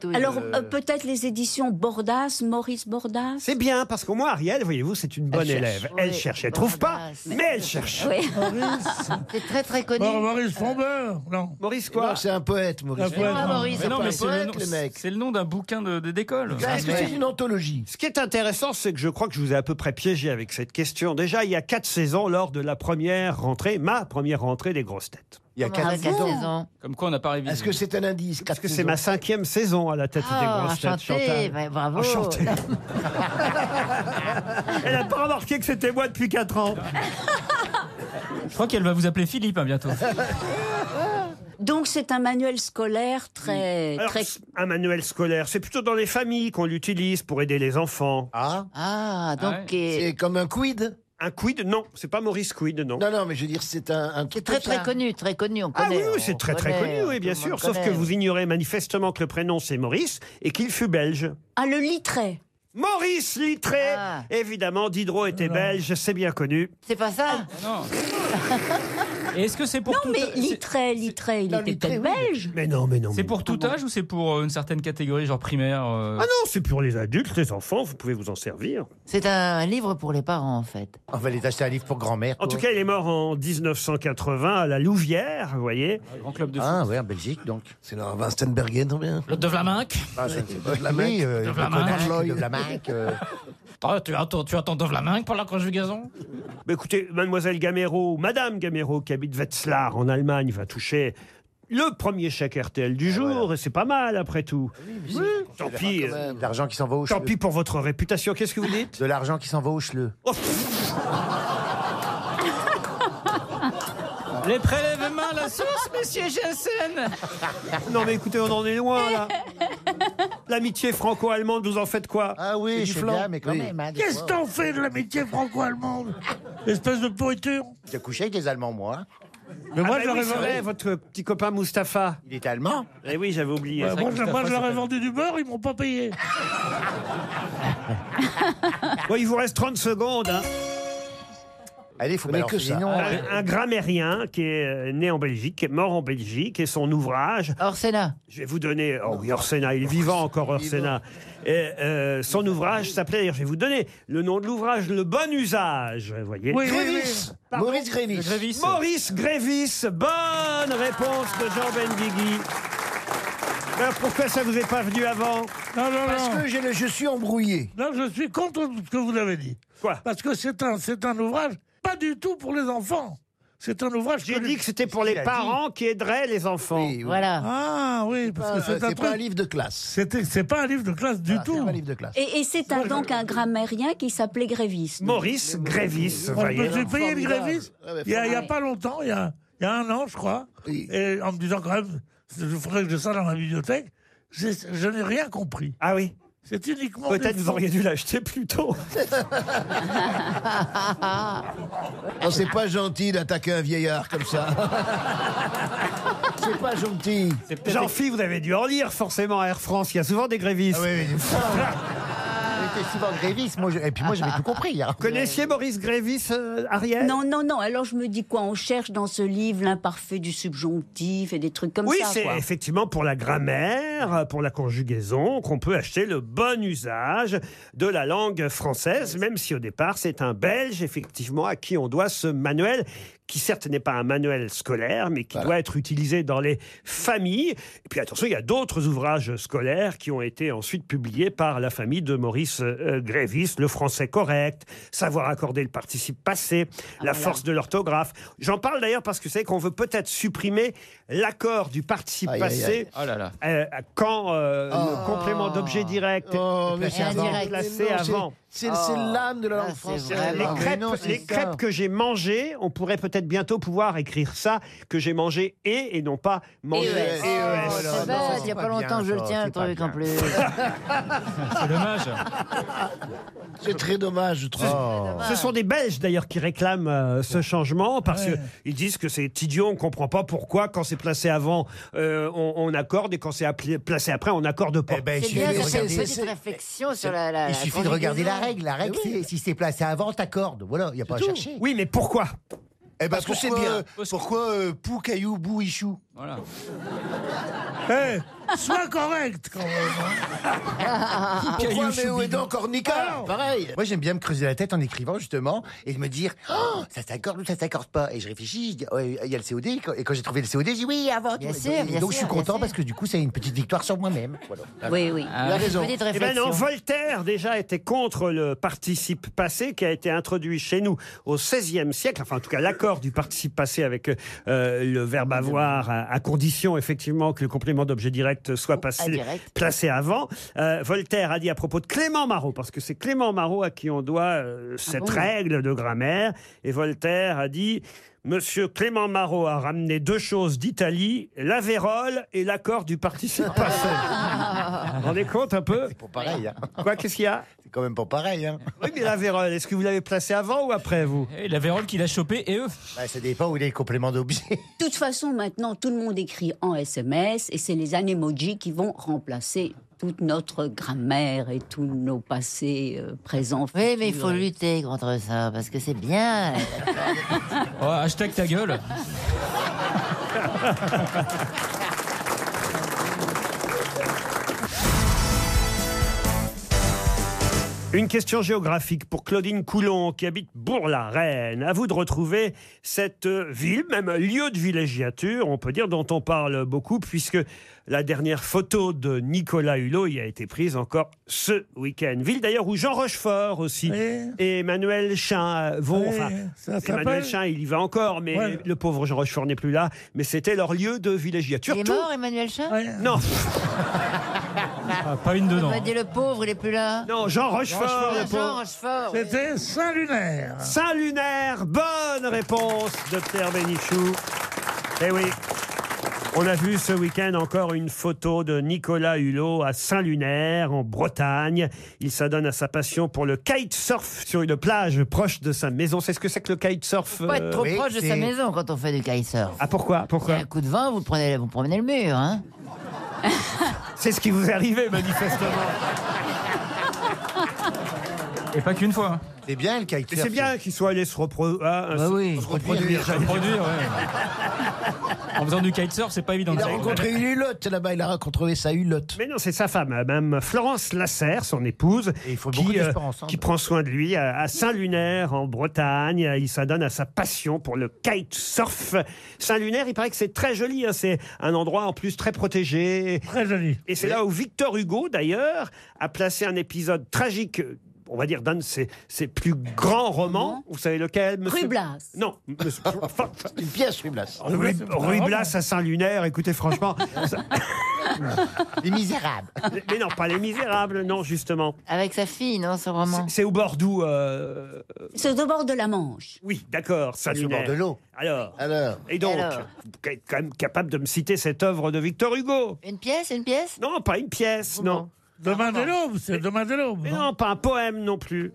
Toto et
Alors
Lily.
euh, peut-être les éditions Bordas, Maurice Bordas.
C'est bien parce qu'au moins Ariel, voyez-vous, c'est une bonne
cherche.
élève. Elle
Oui.
cherche, elle trouve pas,
Bordas.
mais elle cherche.
Oui.
Maurice.
C'est très très
Bon,
connu.
Maurice Fondeur. Non.
Maurice
Non,
quoi
c'est un poète, Maurice.
Un poète.
Ah, Maurice,
Mais non, mais c'est le
poète,
nom-
le mec.
c'est le nom d'un bouquin de- de- d'école.
Ah,
Bah, Est-ce que c'est une anthologie
Ce qui est intéressant, c'est que je crois que je vous ai à peu près piégé avec cette question. Déjà, il y a quatre saisons lors de la première rentrée, ma première rentrée des grosses têtes.
Il y a
Ah,
quatre
quatre
saisons.
saisons.
Comme quoi on n'a pas révisé.
Est-ce que c'est un indice
Parce que c'est ma cinquième saison à la tête
Ah,
des grosses
enchanté,
têtes, Chantal.
mais bravo.
Enchanté. Elle n'a pas remarqué que c'était moi depuis quatre ans.
Je crois qu'elle va vous appeler Philippe hein, bientôt.
Donc c'est un manuel scolaire
Eh,
très
Alors,
très.
un manuel scolaire, c'est plutôt dans les familles qu'on l'utilise pour aider les enfants.
Ah,
Ah, donc
Ah ouais.
qui est,
c'est comme un quid
Un quid Non, c'est pas Maurice Quid, non.
Non, non, mais je veux dire, c'est un, un
qui est
truc
très
comme ça.
très connu, très connu. On
Ah oui,
connaît,
oui,
on
c'est très très
connaît,
connu, oui, bien
tout le monde
sûr. Sauf
connaît.
que vous ignorez manifestement que le prénom c'est Maurice et qu'il fut belge.
Ah le litré.
Maurice Littré
Ah.
Évidemment, Diderot était belge, c'est bien connu.
C'est pas ça
Non. Et est-ce que c'est pour
Non
tout
mais
c'est-
litré, litré, il
Non,
était
Littré,
peut-être
oui, mais-
belge.
Mais non, mais non.
C'est pour tout âge ou c'est pour euh, une certaine catégorie, genre primaire euh,
Ah non, c'est pour les adultes, les enfants, vous pouvez vous en servir.
C'est un livre pour les parents, en fait.
On va les acheter un livre pour grand-mère.
En
quoi.
tout cas, il est mort en 1980 à la Louvière, vous voyez.
Grand club de foot.
Ah ouais, en Belgique donc.
C'est dans Vinstenbergen, ou bien
L'autre de Vlaminck.
Ah, c'est de la
Vlaminck,
oui, euh,
de
de
Vlaminck.
Coninck, de Vlaminck, euh,
Oh, tu attends, tu attends de Vlaminck pour la conjugaison
Mais écoutez, mademoiselle Gamero, madame Gamero, qui habite Wetzlar en Allemagne, va toucher le premier chèque RTL
Ah,
du jour, et c'est pas mal après tout. Oui, tant pis. euh,
de l'argent qui s'en va au
Tant
chleu.
pis pour votre réputation, qu'est-ce que vous dites
De l'argent qui s'en va au chleu.
Oh, pff,
Les prélèvements à la source, monsieur Jensen
Non mais écoutez, on en est loin là. L'amitié franco-allemande, vous en faites quoi
Ah
C'est
oui,
du
je sais
flan.
bien, mais quand
Oui.
même. hein, des
Qu'est-ce
fois.
que t'en fais de l'amitié franco-allemande Espèce de pourriture.
J'ai couché avec les Allemands, moi.
Mais
Ah
moi,
bah
je leur
oui,
ai
c'est
vendu-
vrai, votre petit copain Mustapha.
Il était allemand.
Eh oui, j'avais oublié.
Bah, Moi, je- moi, je leur ai
s'appelle-
vendu du beurre, ils m'ont pas payé.
Bon, il vous reste 30 secondes. hein.
Allez, faut
Mais
balancer
que
les
ça.
noms.
Un, un grammairien qui est euh, né en Belgique, qui est mort en Belgique, et son ouvrage,
Orsena.
je vais vous donner... Oh oui, Orsena, il est vivant encore, Orsena. Et, euh, son ouvrage s'appelait, d'ailleurs, je vais vous donner le nom de l'ouvrage, Le Bon Usage, vous voyez.
Oui, oui, oui.
Grévis Maurice Grévis.
Grévis.
Maurice Grévis, bonne réponse de Jean Benguigui. Alors pourquoi ça vous est pas venu avant
Non, non,
Parce
non.
que j'ai le- je suis embrouillé.
Non, je suis contre ce que vous avez dit.
Quoi
Parce que c'est un, c'est un ouvrage pas du tout pour les enfants. C'est un ouvrage.
J'ai dit que c'était pour les parents qui aideraient les enfants.
Voilà.
Ah oui, parce
pas-
que c'est
c'est
un
pas un livre
de classe.
C'est pas un livre de classe du tout. C'est un livre
de classe.
Et, et c'est un, donc un grammairien qui s'appelait Grévis.
Maurice Grévis,
Moi, je
voyez.
me suis payé le
Formidable.
gréviste
Ah ouais,
il y a, il y a
formidable.
pas longtemps, il y a, il y a un an, je crois, et en me disant quand même, je faudrait que j'ai ça dans ma bibliothèque. j'ai- Je n'ai rien compris.
Ah oui
C'est uniquement.
Peut-être
des-
vous auriez dû l'acheter plus tôt.
Non, c'est pas gentil d'attaquer un vieillard comme ça. c'est pas gentil.
Jean-Phi, vous avez dû en lire forcément à Air France. Il y a souvent des grévistes.
Ah J'étais souvent gréviste, moi, je- et puis moi j'avais tout compris. hein. Hier.
Connaissiez Maurice Grévis, euh, Ariel
Non, non, non. Alors je me dis quoi On cherche dans ce livre l'imparfait du subjonctif et des trucs comme
oui,
ça.
c'est
quoi.
Ben, effectivement pour la grammaire, pour la conjugaison, qu'on peut acheter le bon usage de la langue française, même si au départ c'est un Belge, effectivement, à qui on doit ce manuel, qui certes n'est pas un manuel scolaire, mais qui doit être utilisé dans les familles. Et puis attention, il y a d'autres ouvrages scolaires qui ont été ensuite publiés par la famille de Maurice euh, Grévis, Le français correct, Savoir accorder le participe passé, La
voilà.
force de l'orthographe. J'en parle d'ailleurs parce que c'est qu'on veut peut-être supprimer l'accord du participe
Aïe, aïe,
passé
aïe. Oh là là.
euh, quand euh, le complément d'objet direct
Oh,
est placé
c'est
avant.
indirect.
Placé
Non, c'est-
avant.
c'est- c'est Oh. l'âme de la langue Ah, c'est française.
Les
vraiment-
crêpes,
Mais non, c'est
les
ça.
crêpes que j'ai mangées, on pourrait peut-être bientôt pouvoir écrire ça, que j'ai mangé et et non pas mangé.
ES.
et
Oh,
ES.
Ah,
c'est bête, il n'y a pas longtemps que je le tiens, le truc hein. en plus.
Ah, C'est dommage.
C'est très dommage, je trouve.
Ce sont des Belges d'ailleurs qui réclament euh, ce changement parce que qu'ils disent que c'est idiot, on ne comprend pas pourquoi quand c'est placé avant euh, on, on accorde et quand c'est appelé- placé après on n'accorde pas.
C'est bien de faire une petite réflexion sur la. la-
Il
la
suffit de regarder la
conjugaison.
règle. La règle,
Mais oui.
c'est si c'est placé avant, t'accordes. Voilà, il n'y a pas à chercher.
Oui, mais pourquoi
Eh ben,
Parce que c'est
pourquoi,
bien.
euh,
Pourquoi euh, pou, caillou, bou, ichou
Voilà.
Eh, sois correct quand même.
Ah,
hein.
Pourquoi
Méo et Dan Cornica Pareil.
Moi, j'aime bien me creuser la tête en écrivant, justement, et de me dire, oh, ça s'accorde ou ça s'accorde pas. Et je réfléchis, je dis, oh, il y a le COD, et quand- et quand j'ai trouvé le COD, j'ai dit oui, avant.
Bien
tout.
sûr,
Et
bien
donc, je
sûr,
suis
bien
content parce que du coup, c'est une petite victoire sur moi-même. Voilà.
Ah
Oui,
bah,
oui. Ah.
Il a raison.
Petite
Eh ben
réflexion.
non, Voltaire déjà était contre le participe passé qui a été introduit chez nous au XVIe siècle. Enfin, en tout cas, l'accord du participe passé avec euh, le verbe avoir, à, à condition effectivement que le complément d'objet direct
Oh,
soit passé,
indirect.
placé avant. Euh, Voltaire a dit à propos de Clément Marot, parce que c'est Clément Marot à qui on doit
Ah
euh, cette
bon
règle de grammaire, et Voltaire a dit. Monsieur Clément Marot a ramené deux choses d'Italie, la vérole et l'accord du participe passé. Vous vous rendez compte un peu C'est
pas pareil. hein.
Quoi, qu'est-ce qu'il y a
C'est quand même pas pareil. hein.
Oui, mais la vérole, est-ce que vous l'avez placée avant ou après, vous
Eh, La vérole qu'il a chopée et eux.
Bah, ça dépend où il est le complément d'objet.
De toute façon, maintenant, tout le monde écrit en SMS et c'est les anémojis qui vont remplacer toute notre grammaire et tous nos passés, euh, présents.
Oui, mais il faut lutter contre ça, parce que c'est bien.
Oh, hashtag ta gueule.
Une question géographique pour Claudine Coulon, qui habite Bourg-la-Reine. À vous de retrouver cette euh, ville, même lieu de villégiature, on peut dire, dont on parle beaucoup, puisque la dernière photo de Nicolas Hulot y a été prise encore ce week-end. Ville d'ailleurs où Jean Rochefort aussi
Oui.
et Emmanuel Chin vont.
Oui,
enfin,
ça s'appelle-
Emmanuel Chin, il y va encore, mais
Ouais.
le pauvre Jean Rochefort n'est plus là. Mais c'était leur lieu de villégiature.
Il est
Tout-
mort, Emmanuel Chat
Non.
Ah,
pas une
On m'a dit le pauvre, il est plus là.
Non, Jean Rochefort,
Ah,
le
Jean
pauvre.
Rochefort. oui.
C'était Saint-Lunaire.
Saint-Lunaire, bonne réponse de Pierre Bénichou. Eh oui. On a vu ce week-end encore une photo de Nicolas Hulot à Saint-Lunaire, en Bretagne. Il s'adonne à sa passion pour le kitesurf sur une plage proche de sa maison. C'est ce que c'est que le kitesurf
Faut pas être trop
euh,
proche de sa maison quand on fait du kitesurf.
Ah pourquoi Pourquoi
Un coup de vent, vous prenez, vous promenez le mur. Hein
C'est ce qui vous est arrivé, manifestement.
Et pas qu'une fois. hein.
C'est bien le kitesurf.
Et C'est bien qu'il soit allé se, repro- ah,
Bah
se- se reproduire.
Se reproduire, ouais. En faisant du kitesurf, c'est pas évident.
Il a rencontré une hulotte là-bas, il a rencontré sa hulotte.
Mais non, c'est sa femme, Mme Florence Lasserre, son épouse,
beaucoup
qui, euh,
d'espoir
hein,
ensemble.
qui prend soin de lui à à Saint-Lunaire, en Bretagne. Il s'adonne à sa passion pour le kitesurf. Saint-Lunaire, il paraît que c'est très joli. hein. C'est un endroit en plus très protégé.
Très joli.
Et c'est là où Victor Hugo, d'ailleurs, a placé un épisode tragique on va dire, d'un de ses, ses plus grands
Mmh.
romans. Vous savez lequel monsieur-
Rue Blas.
Non. monsieur- enfin,
Une pièce, Ruy Blas.
Oh,
Rue, Rue Blas à Saint-Lunaire, écoutez, franchement. ça-
Les Misérables.
Mais non, pas Les Misérables, non, justement.
Avec sa fille, non, ce roman
C'est au bord d'où euh,
C'est au bord de la Manche.
Oui, d'accord, ça
C'est au bord de
l'eau. Alors,
Alors.
Et donc,
Alors.
vous êtes quand même capable de me citer cette œuvre de Victor Hugo
Une pièce, une pièce
Non, pas une pièce, non.
Demain de l'aube, c'est Demain de l'aube.
Mais non, pas un poème non plus.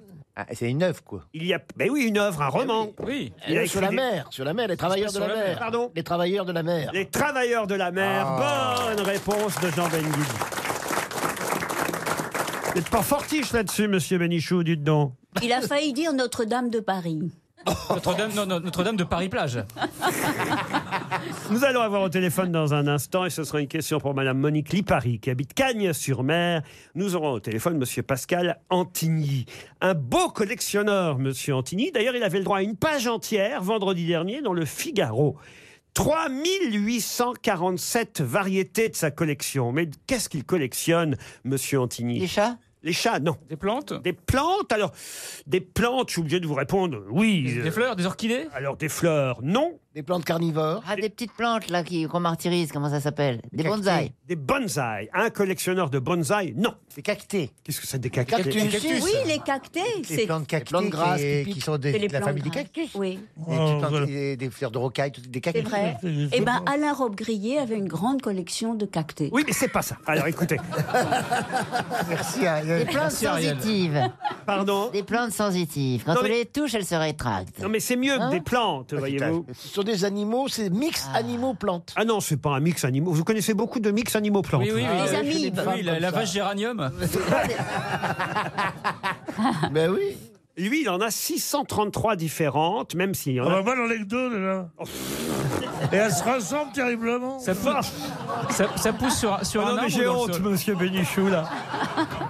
c'est une œuvre, quoi. Eh
Il y a, mais oui, une œuvre, un roman.
Oui.
Il a
sur
écrit
la
des-
mer, sur la mer, les travailleurs de la,
Sur la
mer.
mer. Pardon
Les travailleurs de la mer.
Les travailleurs de la mer. Bonne réponse de Jean Benguigui. Vous n'êtes pas fortiche là-dessus, monsieur Benichou, dites donc.
Il a failli dire Notre-Dame de Paris.
Notre-Dame non, non, Notre-Dame de Paris-Plage.
Nous allons avoir au téléphone dans un instant et ce sera une question pour Madame Monique Lipari qui habite Cagnes-sur-Mer. Nous aurons au téléphone Monsieur Pascal Antigny, un beau collectionneur, Monsieur Antigny. D'ailleurs, il avait le droit à une page entière vendredi dernier dans le Figaro. 3847 variétés de sa collection. Mais qu'est-ce qu'il collectionne, Monsieur Antigny
Les chats
Les chats, non.
Des plantes
Des plantes Alors, des plantes, je suis obligé de vous répondre, oui.
Des
Euh,
fleurs, des orchidées
Alors, des fleurs, non.
Des plantes carnivores.
Ah, des petites plantes, là, qui- qu'on martyrise, comment ça s'appelle Des bonsaïs.
Des bonsaïs. Un collectionneur de bonsaïs, non.
Des cactés.
Qu'est-ce que c'est des cactus
Cactus.
Des
Cactus.
Oui, les cactés.
Les plantes cactées
plantes grasses
qui,
typiques.
qui sont des-
c'est les
de la
plantes
famille des
grasses.
cactus.
Oui,
Des,
Oh,
petites plantes-
voilà.
des- des fleurs de rocaille, toutes- des
c'est
cactus.
vrai. Eh bien, Alain Robbe-Grillet avait une grande collection de cactés.
Oui, mais c'est pas ça. Alors écoutez,
Merci hein. à
Des plantes sensitives.
pardon.
Des plantes sensitives. Quand
Non,
on
mais-
les touche, elles se rétractent.
Non, mais c'est mieux
Hein
que des plantes, voyez-vous.
Ah, Ce sont des animaux, c'est mix animaux-plantes.
Ah non, c'est pas un mix animaux. Vous connaissez beaucoup de mix animaux-plantes.
Oui, oui, oui.
Ah, les
la-
amis,
oui,
femmes
la,
comme ça.
la vache géranium.
Ben oui.
Lui, il en a 633 différentes, même s'il y en
On va
a... Oh.
mal dans les deux, là. Et elles se ressemblent terriblement.
Ça pousse, ça, ça pousse sur, sur un
Ah non,
arbre
mais
ou
j'ai
dans le
honte,
sol
monsieur Bénichou, là.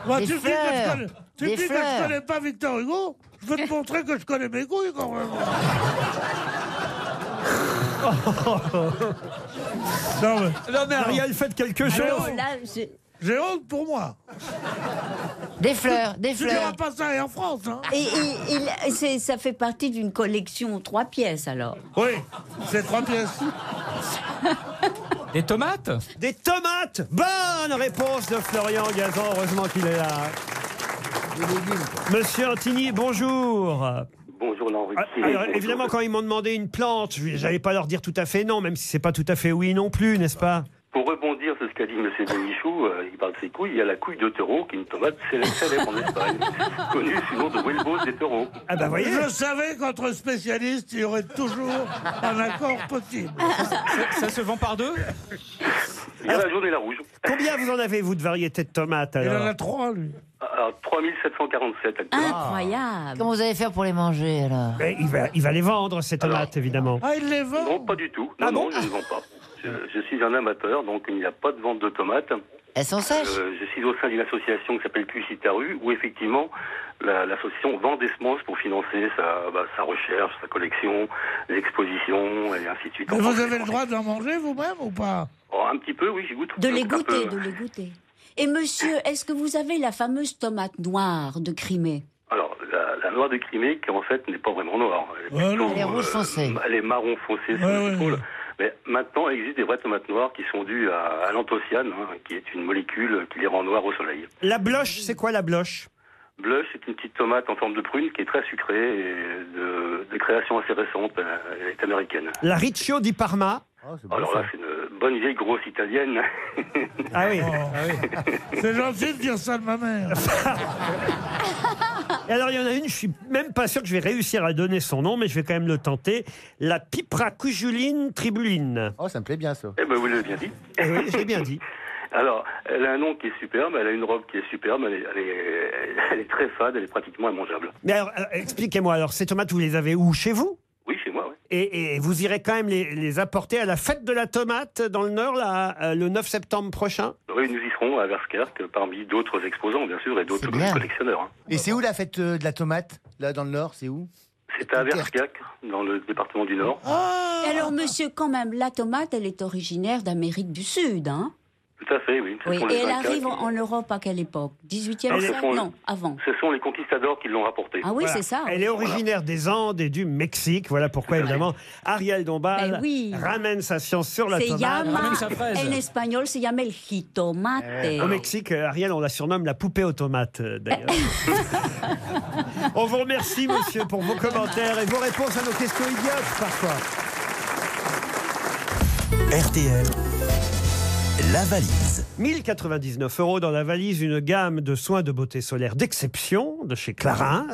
Bah,
Des
tu me dis que
fleurs.
je connais- tu me
Des
dis que je
fleurs.
connais pas Victor Hugo Je veux te montrer que je connais mes couilles, quand même. non, mais
Non, mais Ariel, faites quelque chose.
Alors Ah, là, je-
j'ai honte pour moi.
Des fleurs, des
Tu diras
fleurs.
pas ça en France, hein
Et, et- il- c'est- ça fait partie d'une collection en trois pièces alors.
Oui, c'est trois pièces.
Des tomates
Des tomates Bonne réponse de Florian Gazan, heureusement qu'il est là. Monsieur Antigny, bonjour.
Bonjour Laurent
Ah,
Ruquier.
Alors,
Bonjour.
évidemment, quand ils m'ont demandé une plante, je- j'allais pas leur dire tout à fait non, même si c'est pas tout à fait oui non plus, n'est-ce pas
Pour rebondir sur ce qu'a dit M. Benichou, euh, il parle de ses couilles, il y a la couille de taureau qui est une tomate célèbre, célèbre en Espagne, connue sous le nom de Huelvos des taureaux.
Ah bah voyez,
Je savais qu'entre spécialistes, il y aurait toujours un accord possible.
Ça se vend par deux
Il y a la jaune et la rouge.
combien vous en avez, vous, de variétés de tomates
Il
alors
en a trois, lui.
Alors, 3747 actuellement.
Incroyable.
Comment vous allez faire pour les manger, alors
Mais Ah. il, va, il va les vendre, ces tomates, évidemment.
Ah, il les vend
Non, pas du tout. Non,
Ah bon
non, je ne vends pas. Je, je suis un amateur, donc il n'y a pas de vente de tomates.
Elles sont sèches
Euh, je suis au sein d'une association qui s'appelle Cusitaru, où effectivement la- l'association vend des semences pour financer sa, bah, sa recherche, sa collection, les expositions, et ainsi de suite.
Mais vous avez le droit d'en manger vous-même ou pas
Oh, un petit peu, oui, j'y goûte.
De
Je
les
goûte un
goûter,
peu.
de les goûter. Et monsieur, est-ce que vous avez la fameuse tomate noire de Crimée
Alors, la, la noire de Crimée, qui en fait n'est pas vraiment noire. Elle euh,
Ouais, non.
Elle est rouge foncée.
Elle est marron foncé sur
Ouais,
les
ouais,
épaules.
ouais.
Mais maintenant, il existe des vraies tomates noires qui sont dues à, à l'anthocyane, hein, qui est une molécule qui les rend noires au soleil.
La bloche, c'est quoi la bloche
Blush, c'est une petite tomate en forme de prune qui est très sucrée et de, de création assez récente. euh, Elle est américaine.
La Riccio di Parma
Alors là, c'est une bonne vieille grosse italienne. Eh
Ah oui.
Oh. C'est gentil de dire ça de ma mère.
Et alors, il y en a une, je suis même pas sûr que je vais réussir à donner son nom, mais je vais quand même le tenter. La Pipracujuline tribuline.
Oh, ça me plaît bien, ça.
eh ben, vous l'avez bien dit.
Eh oui, j'ai bien dit.
Alors, elle a un nom qui est superbe, elle a une robe qui est superbe, elle est, elle est- elle est très fade, elle est pratiquement immangeable.
Mais alors, euh, expliquez-moi, alors, ces tomates, vous les avez où Chez vous
Oui, chez moi, oui.
Et, et vous irez quand même les, les apporter à la fête de la tomate dans le Nord, là, euh, le 9 septembre prochain
Oui, nous y serons à Verskerk, parmi d'autres exposants, bien sûr, et d'autres
C'est bien.
collectionneurs. hein.
Et c'est où la fête euh, de la tomate Là, dans le Nord, c'est où
C'est à Verskerk, dans le département du Nord.
Ah. Alors monsieur, quand même, la tomate, elle est originaire d'Amérique du Sud, hein
Tout à fait, oui. Ce
Oui,
sont
Et
les
elle
24
arrive en Europe à quelle époque 18e
Non, ce
siècle
sont-
Non, avant.
Ce sont les conquistadors qui l'ont rapporté.
Ah
Voilà. Elle est originaire des Andes et du Mexique. Voilà pourquoi,
Ah
évidemment, Ariel Dombal
Ben oui.
ramène sa science sur la
C'est
tomate.
llama, en espagnol, se llama el jitomate.
Au Mexique, euh, Ariel, on la surnomme la poupée aux tomates, euh, d'ailleurs. on vous remercie, monsieur, pour vos commentaires et vos réponses à nos questions idiotes, parfois.
RTL, la valise.
1099 euros dans la valise, une gamme de soins de beauté solaire d'exception de chez Clarins.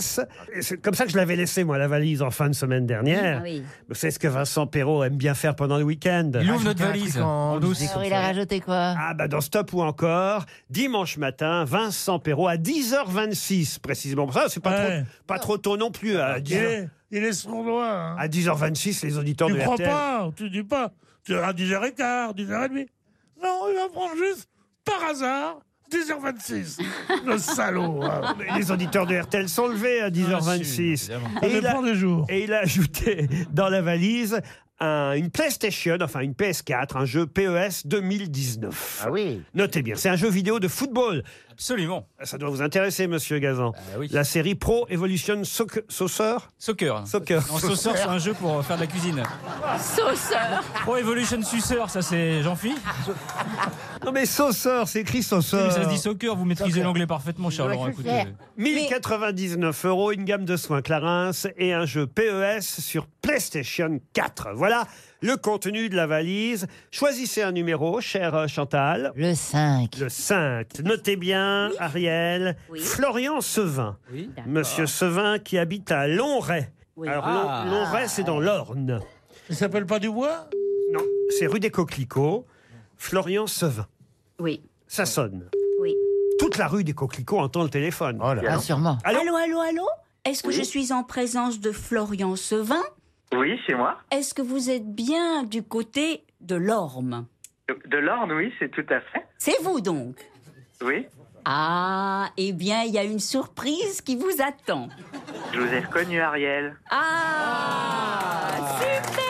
Et C'est comme ça que je l'avais laissé, moi, la valise en fin de semaine dernière.
Ah oui.
Vous savez ce que Vincent Perrault aime bien faire pendant le week-end
Il ouvre notre
Ah,
valise en douce.
Alors, Oh, il a rajouté quoi
Ah bah dans Stop ou encore, dimanche matin, Vincent Perrault à 10h26 précisément. Ça, c'est pas,
Ouais.
trop, pas trop tôt non plus. euh, À
Il
10
est, il est sournois. hein.
à 10h26, les auditeurs
Tu
de
crois
RTL.
pas, tu dis pas. Tu à 10h15, 10h30. Non, il va prendre juste, par hasard, 10h26. Le salaud. hein.
Mais Les auditeurs de RTL sont levés
Ah,
à 10h26.
Ça
il a,
dépend des jours.
et il a ajouté dans la valise un- une PlayStation, enfin une PS4, un jeu E PES 2019. Ah oui. Notez bien, c'est un jeu vidéo de football. Absolument. Ça doit vous intéresser, monsieur Gazan.
Ah,
La série Pro Evolution Soccer. Sauceur
Soccer.
Soccer.
En sauceur, c'est un jeu pour euh, faire de la cuisine.
Sauceur.
Pro Evolution Suceur, ça c'est Jean-Phi.
Non mais sauceur, c'est écrit
Oui,
Ah, sauceur.
mais ça se dit soccer, vous maîtrisez l'anglais parfaitement, cher Laurent. Écoutez.
1099 euros, une gamme de soins Clarins et un jeu PES sur PlayStation 4. Voilà le contenu de la valise. Choisissez un numéro, cher euh, Chantal.
Le 5.
Le 5. Notez bien, Ariel. Florian Sevin.
Oui.
Monsieur Sevin qui habite à Lonray.
Oui.
Alors,
Ah.
Lon- Lonray, c'est dans l'Orne. Il s'appelle pas Dubois Non, c'est rue des Coquelicots. Florian Sevin.
Oui.
Ça sonne.
Oui.
Toute la rue des Coquelicots entend le téléphone. Oh
là. Ah,
sûrement.
Allô, allô, allô, Est-ce que je suis en présence de Florian Sevin
Oui, c'est moi.
Est-ce que vous êtes bien du côté de l'orme
De, de l'Orne, oui, c'est tout à fait.
C'est vous donc
Oui,
Ah, eh bien, il y a une surprise qui vous attend.
je vous ai reconnu,
Euh.
Ariel.
Ah, super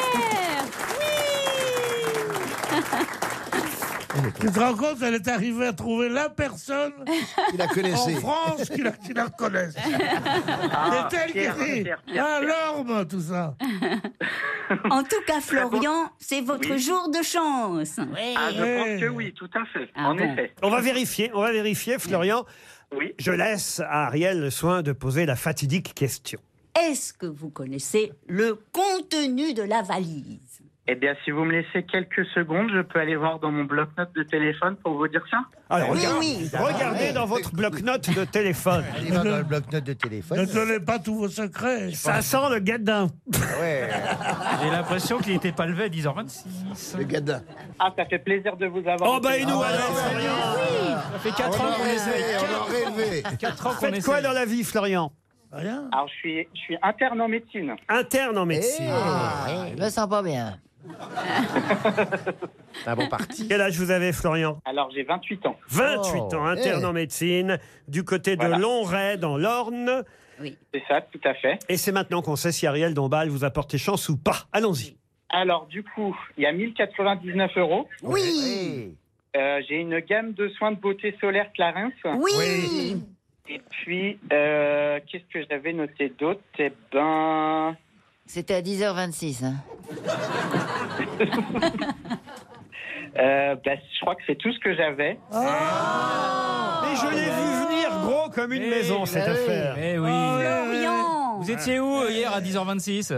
Tu te rends compte, elle est arrivée à trouver la personne
Qui la connaissait.
en France qui la, qui la reconnaisse.
Ah,
c'est elle
Pierre,
qui dit
Pierre, Pierre,
Ah,
Pierre.
l'orme, tout ça.
En tout cas, Florian, c'est votre
Oui.
jour de chance.
Ah, je pense que oui, tout à fait,
Ah,
en effet.
On va vérifier, on va vérifier, Florian.
Oui.
Je laisse à Ariel le soin de poser la fatidique question.
Est-ce que vous connaissez le contenu de la valise
Eh bien, si vous me laissez quelques secondes, je peux aller voir dans mon bloc-notes de téléphone pour vous dire ça
Alors,
Oui,
regarde-
oui.
Ah,
regardez dans votre bloc-notes de téléphone.
Allez, va dans le bloc-notes de téléphone.
Ne donnez pas tous vos secrets.
Ça sent le gadin.
J'ai l'impression qu'il n'était pas levé à 10h26. Le
gadin.
Ah, ça fait plaisir de vous avoir.
Oh, bah, et nous,
Ah,
alors,
ouais,
Florian
ouais, ouais.
Ça fait 4 ans qu'on essaye. Quatre ans qu'on
Faites
essaye.
quoi dans la vie, Florian
Alors, je suis, je suis interne en médecine.
Interne en médecine.
Ah, il me sent pas bien.
Ah bon parti. Quel âge vous avez, Florian
Alors, j'ai 28 ans.
28
Oh,
ans, interne
eh.
en médecine, du côté de
Voilà.
Lonray, dans l'Orne.
C'est ça, tout à fait.
Et c'est maintenant qu'on sait si Ariel Dombal vous a porté chance ou pas. Allons-y.
Alors, du coup, il y a 1099 euros.
Oui.
Euh, j'ai une gamme de soins de beauté solaire Clarins.
Oui.
Et puis, euh, qu'est-ce que j'avais noté d'autre Eh ben,
C'était à 10h26. hein.
euh, bah, je crois que c'est tout ce que j'avais.
Mais je l'ai vu venir gros comme une maison, cette affaire.
Eh oui. Vous étiez où euh, hier à 10h26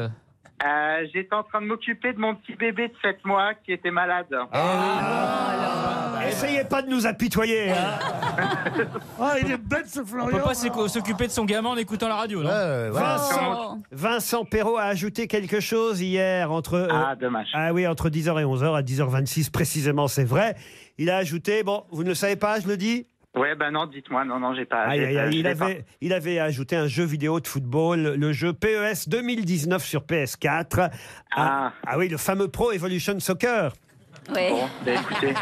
Euh, J'étais en train de m'occuper de mon petit bébé de 7 mois qui était malade.
Ah
Essayez pas de nous apitoyer. hein.
Ah, il est bête, ce
On
Florian.
peut pas s'éc- s'occuper de son gamin en écoutant la radio, non
Vincent, Vincent Perrault a ajouté quelque chose hier entre.
Ah, dommage.
Ah oui, entre 10h et 11h, à 10h26 précisément, c'est vrai. Il a ajouté, bon, vous ne le savez pas, je le dis.
Ouais, bah non, dites-moi, non, non, j'ai pas.
Aïe,
j'ai
aïe,
pas-
aïe,
Ah, je
il,
l'ai pas.
avait, il avait ajouté un jeu vidéo de football, le jeu E PES 2019 sur PS4. Ah, ah oui, le fameux Pro Evolution Soccer.
Bon, bah, écoutez.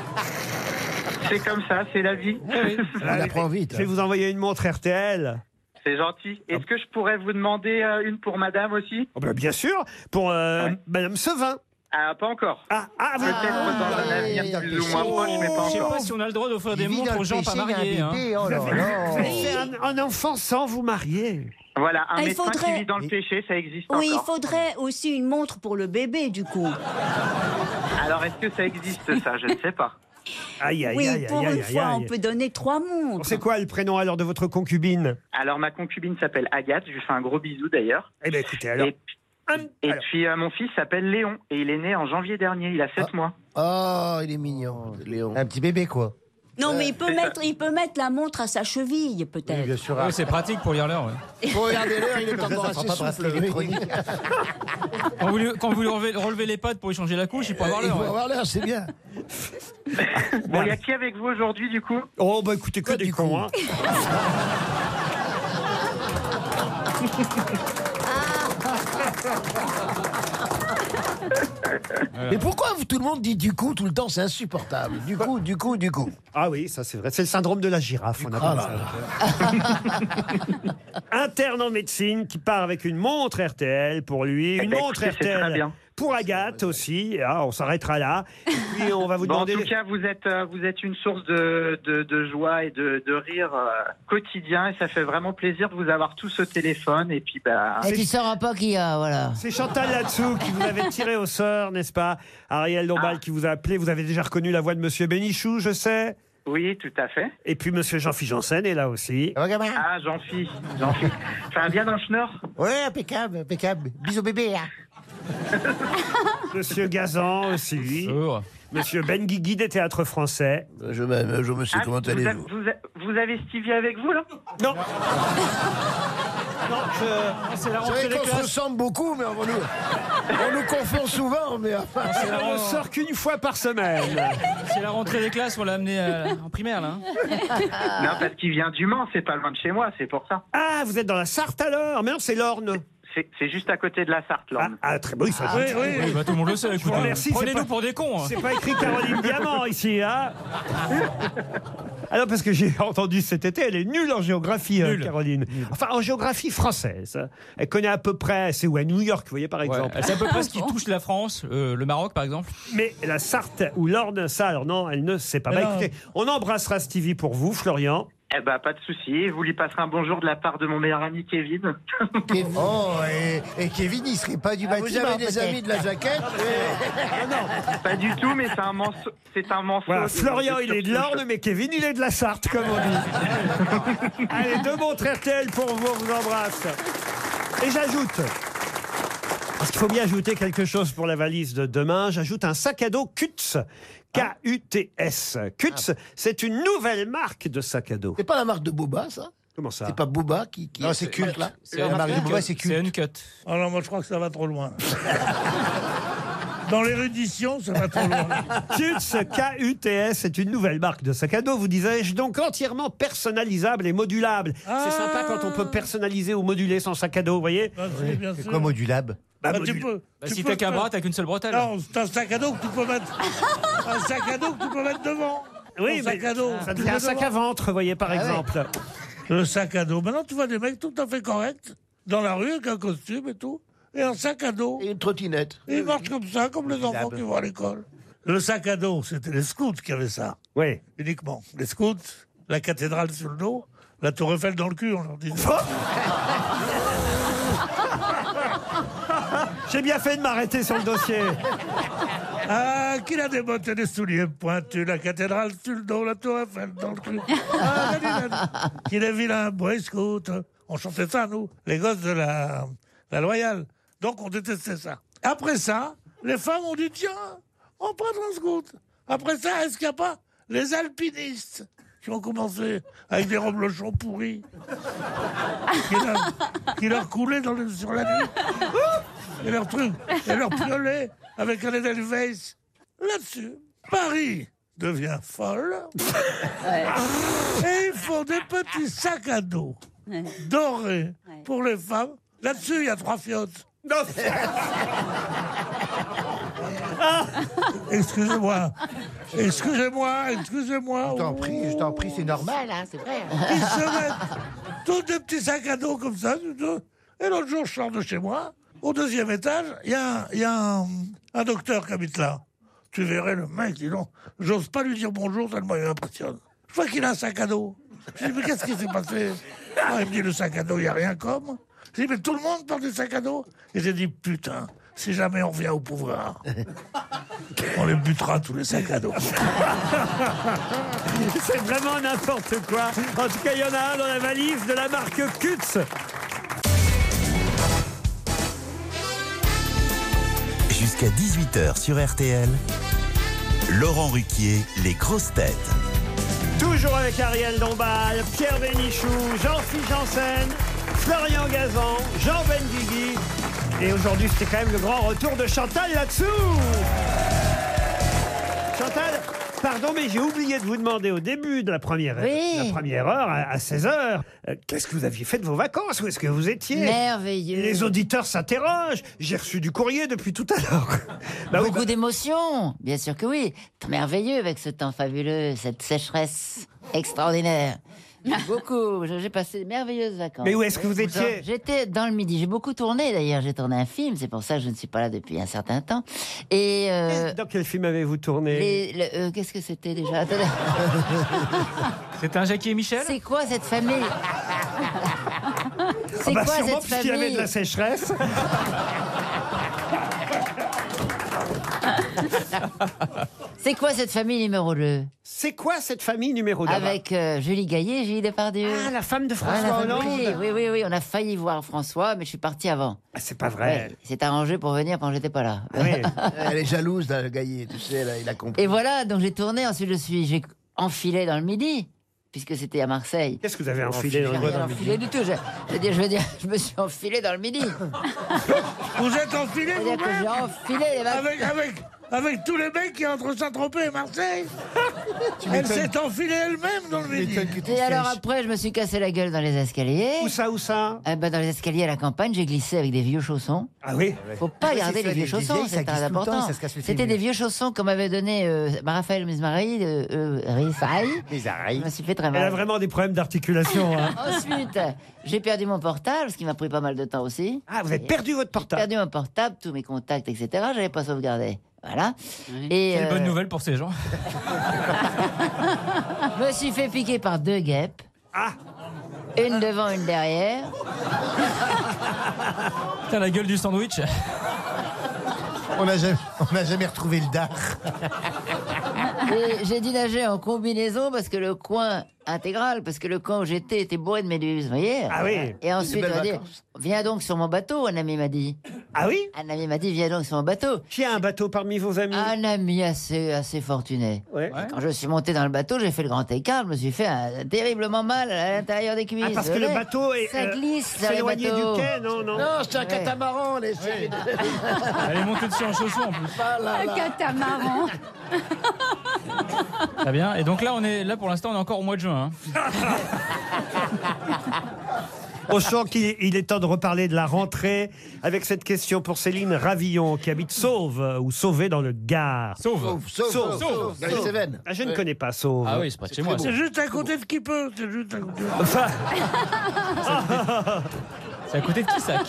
c'est comme ça, c'est la vie.
vite. Ah
hein.
Je vais vous envoyer une montre RTL.
C'est gentil.
Ah.
Est-ce
bah,
que je pourrais vous demander euh, une pour madame aussi
Oh ben, bien sûr, pour euh, Madame Sevin.
Ah, pas encore.
Ah,
Peut-être dans un avenir plus ou moins proche, mais pas
Je sais
encore.
pas si on a le droit d'offrir des
Il vit
montres
dans
aux
le
gens pas
péché, il y a un
mariés. hein.
bébé, oh
Vous
là
avez
là.
vous avez fait un, un enfant sans vous marier.
Voilà, un
Ah, il
médecin
faudrait-
qui vit dans le péché, ça existe
Oui, il
encore.
faudrait aussi une montre pour le bébé, du coup.
Alors, est-ce que ça existe, ça Je ne sais pas.
Aïe, aïe,
oui,
aïe,
pour
aïe,
une
aïe,
fois,
aïe.
on peut donner trois montres.
C'est quoi le prénom alors de votre concubine
Alors, ma concubine s'appelle Agathe, je lui fais un gros bisou d'ailleurs.
Eh bien, écoutez, alors.
Et, et puis, euh, mon fils s'appelle Léon, et il est né en janvier dernier, il a 7
Ah.
mois.
Oh, il est mignon, Léon. Un petit bébé, quoi.
Non, mais il peut, mettre, il peut mettre la montre à sa cheville, peut-être.
Ouais, c'est pratique pour lire l'heure. ouais.
Regardez-le, il est encore assez souffle.
Quand vous, lui- quand vous lui relevez, relevez les pattes pour échanger la couche, il peut avoir
Il
l'heure.
faut
ouais.
avoir l'air, c'est bien.
Bon, il y a qui avec vous aujourd'hui, du coup
Oh, bah écoutez, que des cons, hein.
Ah.
Mais pourquoi vous, tout le monde dit du coup tout le temps C'est insupportable. Du coup, du coup, du coup. Ah
Ah oui, ça c'est vrai. C'est le syndrome de la girafe, on appelle ça.
Ah,
Interne en médecine qui part avec une montre RTL pour lui, une
ben,
montre
écoutez, c'est très
RTL
bien.
pour Agathe aussi. Ah, on s'arrêtera là. Et puis on va vous
Bon, en
demander.
tout cas, vous êtes, euh, vous êtes une source de, de, de joie et de, de rire euh, quotidien, et ça fait vraiment plaisir de vous avoir tous au téléphone. Et puis, bah,
Et tu sauras pas qui y a, voilà.
C'est Chantal là-dessous qui vous avait tiré au sort, n'est-ce pas Ariel
Ah.
Dombal qui vous a appelé. Vous avez déjà reconnu la voix de Monsieur Bénichou, je sais.
oui, tout à fait.
Et puis Monsieur Jean-Philippe Janssen est là aussi.
Ah, j'en suis, j'en suis. Ça va bien dans le schnorr
Ouais, impeccable, impeccable. Bisous bébé. hein.
Monsieur Gazan aussi. Monsieur Ben Guigui des théâtres français.
Je m'aime, je me suis
Ah, vous, avez, vous, a- vous avez Stevie avec vous, là
Non. Non, je- ah,
c'est la
C'est
rentrée
vrai
des
qu'on se
classes.
ressemble beaucoup, mais on nous, on nous confond souvent. Mais enfin,
On ne sort qu'une fois par semaine.
C'est la rentrée des classes, on l'a amené à- en primaire là.
Non, parce qu'il vient du Mans, c'est pas loin de chez moi, c'est pour ça.
Ah, vous êtes dans la Sarthe alors Mais non, c'est l'Orne.
C'est c'est juste à côté de la Sarthe, là.
Ah, très bon, il s'agit.
Oui, oui. Bah, tout le monde le sait.
Je vous
écoutez.
remercie. c'est
Prenez-nous
pas-
pour des cons. hein.
C'est pas écrit Caroline Diamant ici, hein Alors, parce que j'ai entendu cet été, elle est nulle en géographie, euh,
Nulle.
Caroline. Enfin, en géographie française. Elle connaît à peu près, c'est où à New York, vous voyez, par
Ouais,
exemple.
C'est à peu près ce qui touche la France, euh, le Maroc par exemple.
Mais la Sarthe ou l'Orne, ça, alors non, elle ne sait pas.
Mais
Bah,
non.
écoutez, on embrassera Stevie pour vous, Florian.
Eh ben, pas de souci. Vous lui passerez un bonjour de la part de mon meilleur ami Kevin.
Oh, et, et Kevin, il serait pas du
Ah,
bâtiment.
vous avez des
peut-être.
amis de la jaquette
pas du tout, mais c'est un morceau. C'est un morceau.
Voilà, Florian, il est de l'Orne, mais Kevin, il est de la Sarthe, comme on dit. Allez, deux montres RTL pour vous, on vous embrasse. Et j'ajoute. Parce qu'il faut bien ajouter quelque chose pour la valise de demain. J'ajoute un sac à dos Kutz.
Ah.
K-U-T-S. Kutz, c'est une nouvelle marque de sac à dos.
C'est pas la marque de Boba, ça
Comment ça
C'est pas Boba qui. qui
Non, c'est culte.
là.
La marque de Boba, c'est
C'est
culte.
une cut.
Oh non, moi je crois que ça va trop loin. Dans l'érudition, ça va trop loin.
Kutz, K-U-T-S, c'est une nouvelle marque de sac à dos, vous disais-je, donc entièrement personnalisable et modulable. C'est sympa quand on peut personnaliser ou moduler son sac à dos, vous voyez
Ah. Bah, c'est bien
C'est
sûr.
quoi modulable
Bah,
Bah,
module-
tu peux.
Bah,
tu
si
peux
t'as qu'un
faire-
bras, t'as qu'une seule bretelle.
Non, c'est un sac à dos que tu peux mettre. un sac à dos que tu peux mettre devant.
Oui,
Ton
mais
sac à dos.
ça
tu
devient
mets
un sac
devant.
à ventre, vous voyez, par exemple.
Le sac à dos. Maintenant, tu vois des mecs tout à fait corrects dans la rue avec un costume et tout, et un sac à dos.
Et une trottinette.
Et ils marchent comme ça, comme les enfants qui vont à l'école. Le sac à dos, c'était les scouts qui avaient ça,
Oui.
uniquement. Les scouts, la cathédrale sur le dos, la tour Eiffel dans le cul, on leur dit.
Oh, J'ai bien fait de m'arrêter sur le dossier.
Ah, qu'il a des bottes et des souliers pointus, la cathédrale sur le dos, la tour Eiffel dans le cul. Ah, la dinette. qu'il est vilain, boy scout. On chantait ça, nous, les gosses de la, la Loyale. Donc, on détestait ça. Après ça, les femmes ont dit, tiens, on prend un scout. Après ça, est-ce qu'il n'y a pas les alpinistes qui ont commencé avec des robes lochons pourris qui leur, qui leur coulaient dans le- sur la nuit et leur truc, et leur piolet avec un Elvis. Là-dessus, Paris devient folle. Et ils font des petits sacs à dos
Ouais.
dorés pour les femmes. Là-dessus, il y a trois fiottes.
Non.
Excusez-moi. Excusez-moi, excusez-moi.
Je t'en prie, je t'en prie, c'est normal. hein.
Ils se mettent tous des petits sacs à dos comme ça. tout- tout. Et l'autre jour, je sors de chez moi. Au deuxième étage, il y a, un- il y a un, un docteur qui habite là. Tu verrais le mec, dis donc. J'ose pas lui dire bonjour tellement il m'impressionne. Je vois qu'il a un sac à dos. Je dis, mais qu'est-ce qui s'est passé Ah, Il me dit, le sac à dos, il n'y a rien comme. Je dis, mais tout le monde porte des sacs à dos. Et j'ai dit, putain, si jamais on revient au pouvoir, on les butera tous les sacs à dos.
C'est vraiment n'importe quoi. En tout cas, il y en a un dans la valise de la marque Kutz.
Jusqu'à 18h sur RTL, Laurent Ruquier, les grosses têtes.
Toujours avec Ariel Dombal, Pierre Bénichou, Jean-Philippe Janssen, Florian Gazan, Jean Benguigui. Et aujourd'hui, c'était quand même le grand retour de Chantal là-dessous. Chantal Pardon, mais j'ai oublié de vous demander au début de la première, la première heure, à, 16h, qu'est-ce que vous aviez fait de vos vacances Où est-ce que vous étiez
Merveilleux.
Les auditeurs s'interrogent. J'ai reçu du courrier depuis tout à l'heure. Bah
Beaucoup d'émotions, bien sûr que oui. Merveilleux avec ce temps fabuleux, cette sécheresse extraordinaire. Beaucoup, j'ai passé de merveilleuses vacances.
Mais où est-ce que vous étiez
J'étais dans le midi, j'ai beaucoup tourné d'ailleurs, j'ai tourné un film, c'est pour ça que je ne suis pas là depuis un certain temps. Et euh,
Dans quel film avez-vous tourné
les- le- euh, qu'est-ce que c'était déjà Attendez.
C'est un Jackie et Michel
C'est quoi cette famille C'est
bah,
quoi cette
sûrement, puisqu'il y avait
famille
de la sécheresse.
C'est quoi cette famille numéro 2
C'est quoi cette famille numéro 2
Avec euh, Julie Gaillet et Julie Depardieu.
Ah, la femme de François
la femme-
Hollande. Ah,
Oui, oui, oui, oui, on a failli voir François, mais je suis parti avant.
c'est pas vrai. Ah
Ouais, il s'est arrangé pour venir quand j'étais pas là.
Elle est jalouse, la Gaillet, tu sais, là, il a compris.
Et voilà, donc j'ai tourné, ensuite je suis, j'ai enfilé dans le midi, puisque c'était à Marseille.
Qu'est-ce que vous avez enfilé dans le bois dans le
enfilé du tout. Je, je veux dire, je veux dire, je me suis enfilé dans le midi.
Vous êtes enfilé
C'est-à-dire que
vous-même
j'ai enfilé les vacances.
avec, avec, avec tous les mecs qui sont entre Saint-Tropez et Marseille Elle
m'étonnes.
s'est enfilée elle-même dans le midi.
Et alors après, je me suis cassé la gueule dans les escaliers. Où
ça, où ça
ben Dans les escaliers à la campagne, j'ai glissé avec des vieux chaussons.
Ah oui
Faut pas
Ouais, c'est
garder les
ça,
vieux
les
chaussons,
vieilles, ça
c'est
glisse tout
très
le temps et
important.
ça se casse les
C'était
fémurs.
des vieux chaussons qu'on m'avait donné euh, Raphaël Mizmahi, euh, euh, Rifaï. Je me suis fait très
Elle a
mal. Oh,
vraiment des problèmes d'articulation. hein.
Ensuite, j'ai perdu mon portable, ce qui m'a pris pas mal de temps aussi.
Ah, vous avez perdu votre portable
J'ai perdu mon portable, tous mes contacts, etc. Je n'avais pas sauvegardé. Voilà. Et,
Quelle
euh,
bonne nouvelle pour ces gens.
Je me suis fait piquer par deux guêpes.
Ah.
Une devant, une derrière.
Putain, la gueule du sandwich.
On n'a jamais, on n'a jamais retrouvé le dard.
Et j'ai dû nager en combinaison parce que le coin intégral, parce que le coin où j'étais était bourré de méduses, vous voyez
Ah oui.
Et
Des
ensuite,
belles
on dit,
vacances.
viens donc sur mon bateau, un ami m'a dit.
Ah oui
Un ami m'a dit, viens donc sur mon bateau.
Qui a un bateau parmi vos amis
Un ami assez, assez fortuné.
Ouais.
Quand je suis monté dans le bateau, j'ai fait le grand écart, je me suis fait un- terriblement mal à l'intérieur des cuisses.
Ah, parce que le
désolé.
bateau est.
Ça
euh,
glisse,
s'est
là, les
éloigné
bateaux.
du quai, non, non.
Non, c'est un catamaran, les Ah
Elle est montée dessus en chaussons en plus.
Un
catamaran.
Très bien. Et donc là, on est là pour l'instant, on est encore au mois de juin. hein.
On sent qu'il il est temps de reparler de la rentrée avec cette question pour Céline Ravillon qui habite Sauve euh, ou Sauvé dans le Gard.
Sauve, sauve, sauve, sauve, dans les Cévennes.
Ah, je ne
Ouais.
connais pas Sauve.
Ah oui, c'est pas de chez moi.
C'est juste à côté de qui peut. C'est juste à côté.
Enfin,
C'est à côté de Kissac.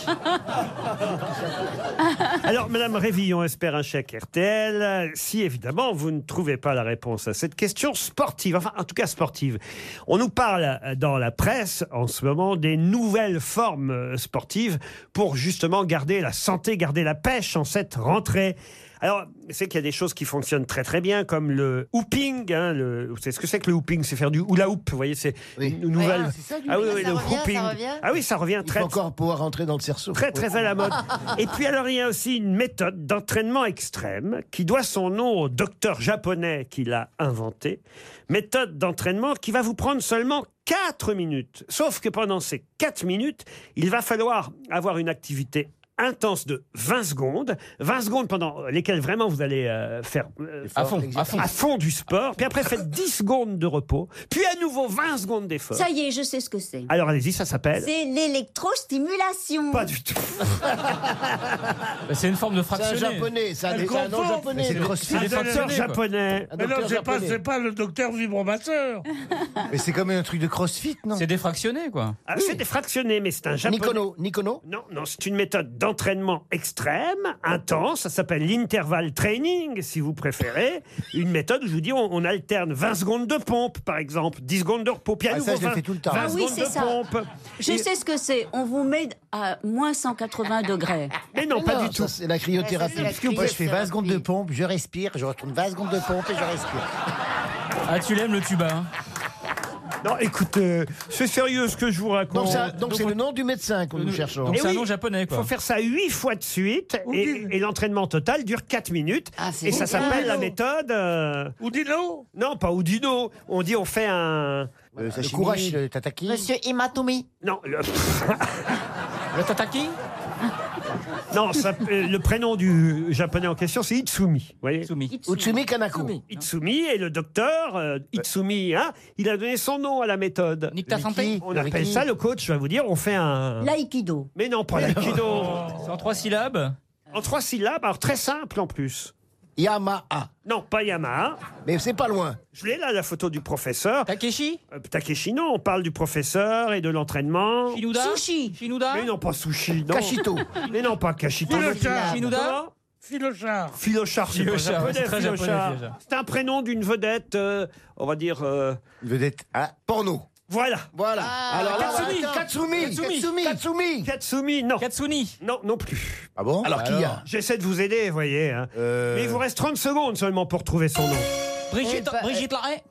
alors, Madame Révillon espère un chèque RTL. euh, Si, évidemment, vous ne trouvez pas la réponse à cette question sportive, enfin, en tout cas sportive. On nous parle euh, dans la presse, en ce moment, des nouvelles formes euh, sportives pour justement garder la santé, garder la pêche en cette rentrée. Alors, c'est qu'il y a des choses qui fonctionnent très très bien, comme le hooping. Hein, le, c'est ce que c'est que le hooping, c'est faire du hula hoop. Vous voyez, c'est une nouvelle.
Ah, c'est ça, du
ah oui,
hooping.
oui,
Ça
le
revient, ça
hooping.
revient
Ah oui, ça revient
Il
très
faut encore pouvoir rentrer dans le cerceau.
très très à la mode. Et puis alors il y a aussi une méthode d'entraînement extrême qui doit son nom au docteur japonais qui l'a inventée. Méthode d'entraînement qui va vous prendre seulement 4 minutes. Sauf que pendant ces 4 minutes, il va falloir avoir une activité intense de 20 secondes, 20 secondes pendant lesquelles vraiment vous allez euh, faire euh,
À fond, à fond.
à fond du sport, puis après faites 10 secondes de repos, puis à nouveau 20 secondes d'effort.
Ça y est, je sais ce que c'est.
Alors allez-y, ça s'appelle
C'est l'électrostimulation.
Ah, pas du tout.
C'est une forme de
C'est un
fractionné.
japonais, c'est un,
Elle
c'est un nom
confond.
japonais.
Mais c'est
le-
des
C'est des facteurs japonais.
Un
Mais non,
docteur
c'est pas,
japonais.
c'est pas le docteur vibromasseur.
Mais c'est comme un truc de crossfit, non
C'est défractionné, quoi.
Ah, C'est des fractionnés, Ah, mais c'est un japonais.
Nikono, Nikono
Non, non, c'est une méthode d'entraînement extrême, intense. Ça s'appelle l'intervalle training, si vous préférez. Une méthode où je vous dis, on, on alterne 20 secondes de pompe, par exemple, 10 secondes de repos. Puis à
Ah, ça,
nouveau
je le
20
fais tout le temps.
20
Ah oui,
secondes
c'est
de
ça.
pompe.
Je
Et-
sais ce que c'est. On vous met à moins 180 degrés.
Mais non,
pas du tout. C'est la
cryothérapie. Ouais, ça, c'est la
Parce que moi, je fais 20 secondes de pompe, je respire, je retourne 20 secondes de pompe et je respire.
Ah, tu l'aimes le tuba hein
Non, écoute, euh, c'est sérieux ce que je vous raconte.
Donc, ça- donc c'est le nom du médecin que
Euh,
nous cherchons.
Eh oui,
Faut
faut faire ça huit fois de suite et, et l'entraînement total dure 4 minutes.
c'est
et ça
bien.
s'appelle la
Oudino.
méthode. euh,
Oudino
Non, pas Oudino. On dit on fait
Euh,
un. Le,
sashimi, courage, le tataki.
Monsieur Imatumi.
Non, le. tataki Non, ça- euh, le prénom du japonais en question, c'est Itsumi. vous voyez
Utsumi Kanako.
Itsumi et le docteur euh, Itsumi, hein, il a donné son nom à la méthode.
ta santé.
On
Le
appelle
Riki.
ça le coach, je vais vous dire, on fait un.
L'aïkido.
Mais non, pas l'aïkido.
C'est en trois syllabes
En trois syllabes, alors très simple en plus.
Yamaha.
Non, pas Yamaha.
Mais c'est pas loin.
Je l'ai là, la photo du professeur. Euh,
Takeshi
Takeshi, non, on parle du professeur et de l'entraînement.
Shinoda Sushi. Shinoda
Mais non, pas Sushi, non.
Kashito.
Mais non, pas Kashito.
Philochard.
Comment
Philochard.
Philochard, c'est pas
Philochard,
japonais,
c'est très japonais,
Philochard.
Philochard.
C'est un prénom d'une vedette, euh, on va dire...
Une vedette à porno.
Voilà.
Voilà.
Alors là,
Katsumi,
voilà.
Ah. Katsumi,
Katsumi.
Katsumi, Katsumi, non.
Katsuni.
Non, non plus.
Ah bon Euh.
Alors, qui y a
J'essaie de vous aider, vous voyez. hein. Mais il vous reste 30 secondes seulement pour trouver son nom.
Eh,
Brigitte,
bah,
Brigitte Larrey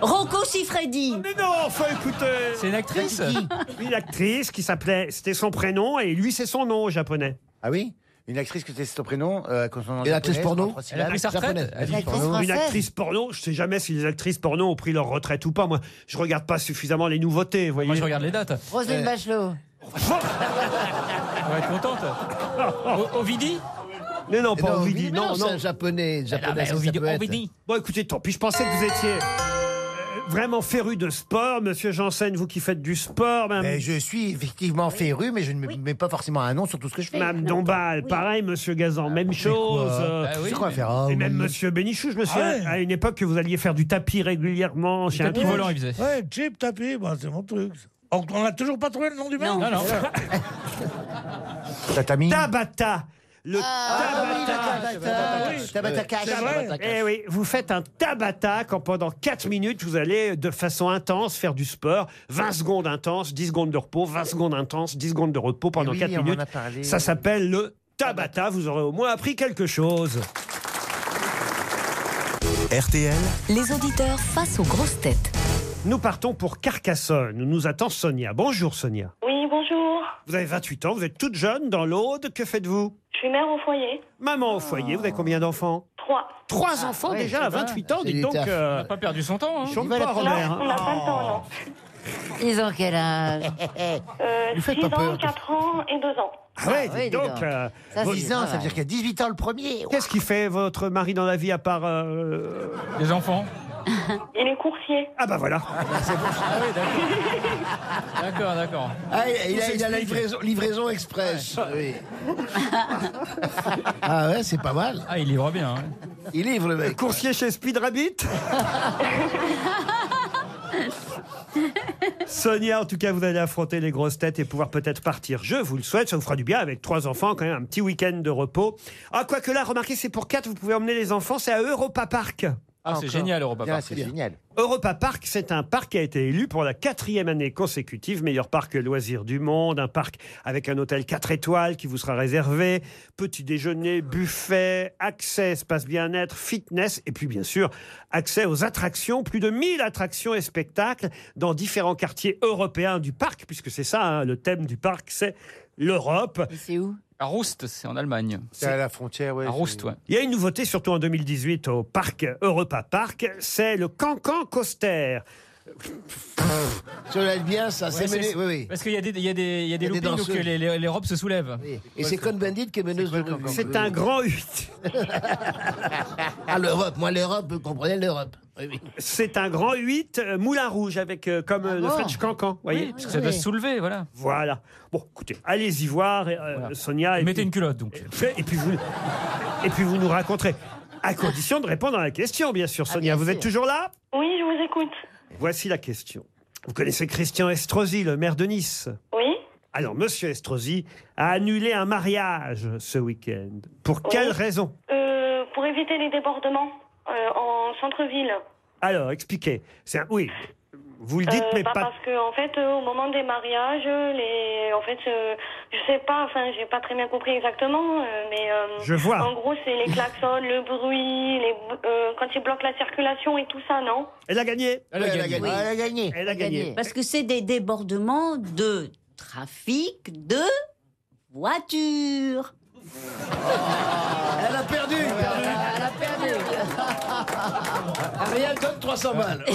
Rocco Siffredi.
Ah, Mais non, enfin écoutez.
C'est une actrice
Une actrice qui s'appelait, c'était son prénom et lui c'est son nom au japonais.
Ah oui Une actrice que c'est son prénom euh, quand son nom
Et l'actrice
japonais,
porno
en trois syllabes.
Elle a pris sa retraite
Japonaise.
Elle a pris
L'actrice
porno. Une
française.
actrice porno, je sais jamais si les actrices porno ont pris leur retraite ou pas. Moi, je regarde pas suffisamment les nouveautés, vous voyez. Moi, je
regarde les dates.
Euh,
Roselyne Bachelot.
On va être contente. O- Ovidi
Mais
Eh
non, pas
Non,
Ovidi.
mais non,
Non,
c'est un
Ah,
japonais,
bah
japonais, ça, ça peut être.
Bon, écoutez, tant pis. Je pensais que vous étiez euh, vraiment féru de sport, Monsieur Janssen, vous qui faites du sport, même.
Mais je suis effectivement féru, mais je ne me mets pas forcément un nom sur tout ce que je fais.
Mme Dombal, pareil, Monsieur Gazan, même chose. euh,
Bah oui, C'est quoi mais- à faire, hein,
et même
oui.
Monsieur Bénichou, je me souviens
Ah ouais.
à une époque que vous alliez faire du tapis régulièrement chez un coach.
Ouais, chip, tapis, bah, c'est mon truc. On on n'a toujours pas trouvé le nom du mec
Non, non.
Tatami.
Tabata. Le bah
Ah, Tabata. Tabata. Tabata Cash.
C'est vrai.
Tabata Cash.
Eh oui, vous faites un tabata quand pendant 4 minutes, vous allez de façon intense faire du sport. 20 secondes intenses, 10 secondes de repos, 20 secondes intenses, 10 secondes de repos pendant
Eh oui,
4
on en
minutes.
a parlé.
Ça s'appelle le tabata. Vous aurez au moins appris quelque chose.
RTL.
Les auditeurs face aux grosses têtes.
Nous partons pour Carcassonne. où Nous attend Sonia. Bonjour Sonia.
Oui, bonjour.
Vous avez 28 ans, vous êtes toute jeune dans l'Aude. Que faites-vous
Je suis mère au foyer.
Maman au foyer, vous avez combien d'enfants
Trois. Ah,
Trois
Ah,
enfants déjà à 28 ans, dites donc. euh,
On n'a pas perdu son temps. Hein.
Ils chantent pas, Robert. hein.
On n'a pas le temps, non.
Ils ont quel âge
Euh,
Vous faites
6
pas
ans,
peur.
4 ans et 2 ans.
Ah ouais,
Ah ouais, dis
dites donc.
donc.
euh,
Ça,
vos-
c'est
10 ans, ça veut dire qu'il y a 18 ans le premier.
Qu'est-ce qui fait votre mari dans la vie à part euh,
Les enfants.
Il est coursier.
Ah bah voilà.
D'accord, d'accord.
Ah, il, il a,
Tout
il a la
s'explique.
livraison, livraison express. Oui. ah ouais, c'est pas mal.
Ah, il livre bien. hein.
Il livre le mec.
Coursier chez Speed Rabbit Sonia, en tout cas, vous allez affronter les grosses têtes et pouvoir peut-être partir. Je vous le souhaite, ça vous fera du bien avec trois enfants, quand même, un petit week-end de repos. Ah, quoique là, remarquez, c'est pour quatre, vous pouvez emmener les enfants, c'est à Europa Park.
Ah, c'est génial, Europa
Bien,
Park.
c'est génial.
Europa Park, c'est un parc qui a été élu pour la quatrième année consécutive meilleur parc loisir du monde, un parc avec un hôtel 4 étoiles qui vous sera réservé, petit déjeuner, buffet, accès, espace bien-être, fitness, et puis bien sûr, accès aux attractions, plus de 1000 attractions et spectacles dans différents quartiers européens du parc, puisque c'est ça, hein, le thème du parc, c'est l'Europe.
C'est où
À Roust, c'est en Allemagne.
C'est à la frontière, ouais.
À Roust, ouais.
Il y a une nouveauté, surtout en 2018, au parc Europa Park, c'est le Cancan Coaster.
Tu l'as bien, ça. c'est
Ouais,
mené.
c'est-
Oui, oui.
Parce qu'il y a des, il y a des, il y a des
Il y a des
loopings où que
danseuses.
les, les, les robes se soulèvent.
Et c'est Cohn Bandit qui est meneuse de revue.
C'est un grand 8.
Ah, l'Europe. Moi, l'Europe, vous comprenez l'Europe. Oui, oui.
C'est un grand 8 euh, moulin rouge avec euh, comme euh, le
bon
French Cancan, vous voyez
Parce que ça doit se soulever, voilà.
Voilà. Bon, écoutez, allez-y voir, et, euh, Sonia. Et
Mettez
puis,
une culotte, donc.
et puis vous, et puis vous nous raconterez. À condition de répondre à la question, Ah, bien sûr, Sonia.
bien
vous
sûr.
êtes toujours là
Oui, je vous écoute.
Voici la question. Vous connaissez Christian Estrosi, le maire de Nice
Oui.
Alors, Monsieur Estrosi a annulé un mariage ce week-end. Pour
Oh.
quelle raison
Euh, pour éviter les débordements euh, en centre-ville.
Alors, expliquez. C'est un... Oui, vous le dites,
Euh,
mais
bah,
pas...
Parce que en fait, euh, au moment des mariages, euh, les, en fait, euh, je sais pas, enfin, j'ai pas très bien compris exactement, euh, mais euh,
Je vois.
En gros, c'est les klaxons, le bruit, les, euh, quand ils bloquent la circulation et tout ça, non
Elle a gagné.
Elle a Oui, elle a gagné. gagné. Elle a
gagné. Elle a gagné.
Parce que c'est des débordements de trafic de voitures.
Elle a perdu
Elle a perdu.
Ariel donne 300 balles.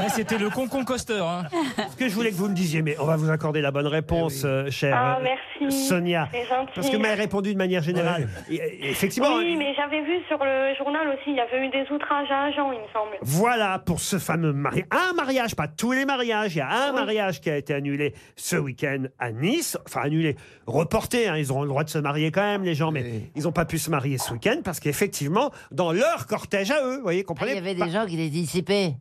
Ah, C'était le concon coaster. hein. Eh
Ce que je voulais que vous me disiez, mais on va vous accorder la bonne réponse, euh, chère
Ah,
euh,
merci.
Sonia.
C'est gentil.
Parce que m'a répondu de manière générale. Et- et effectivement,
oui, mais j'avais vu sur le journal aussi, il y avait eu des outrages à Agen, il me semble.
Voilà pour ce fameux mariage. Un mariage, pas tous les mariages. Il y a un mariage qui a été annulé ce week-end à Nice. Enfin, annulé, reporté. hein. Ils auront le droit de se marier quand même, les gens, mais ils n'ont pas pu se marier ce week-end parce qu'effectivement, dans leur cortège à eux, vous voyez, comprenez
Ah,
Bah
Il y avait des gens qui étaient dissipés.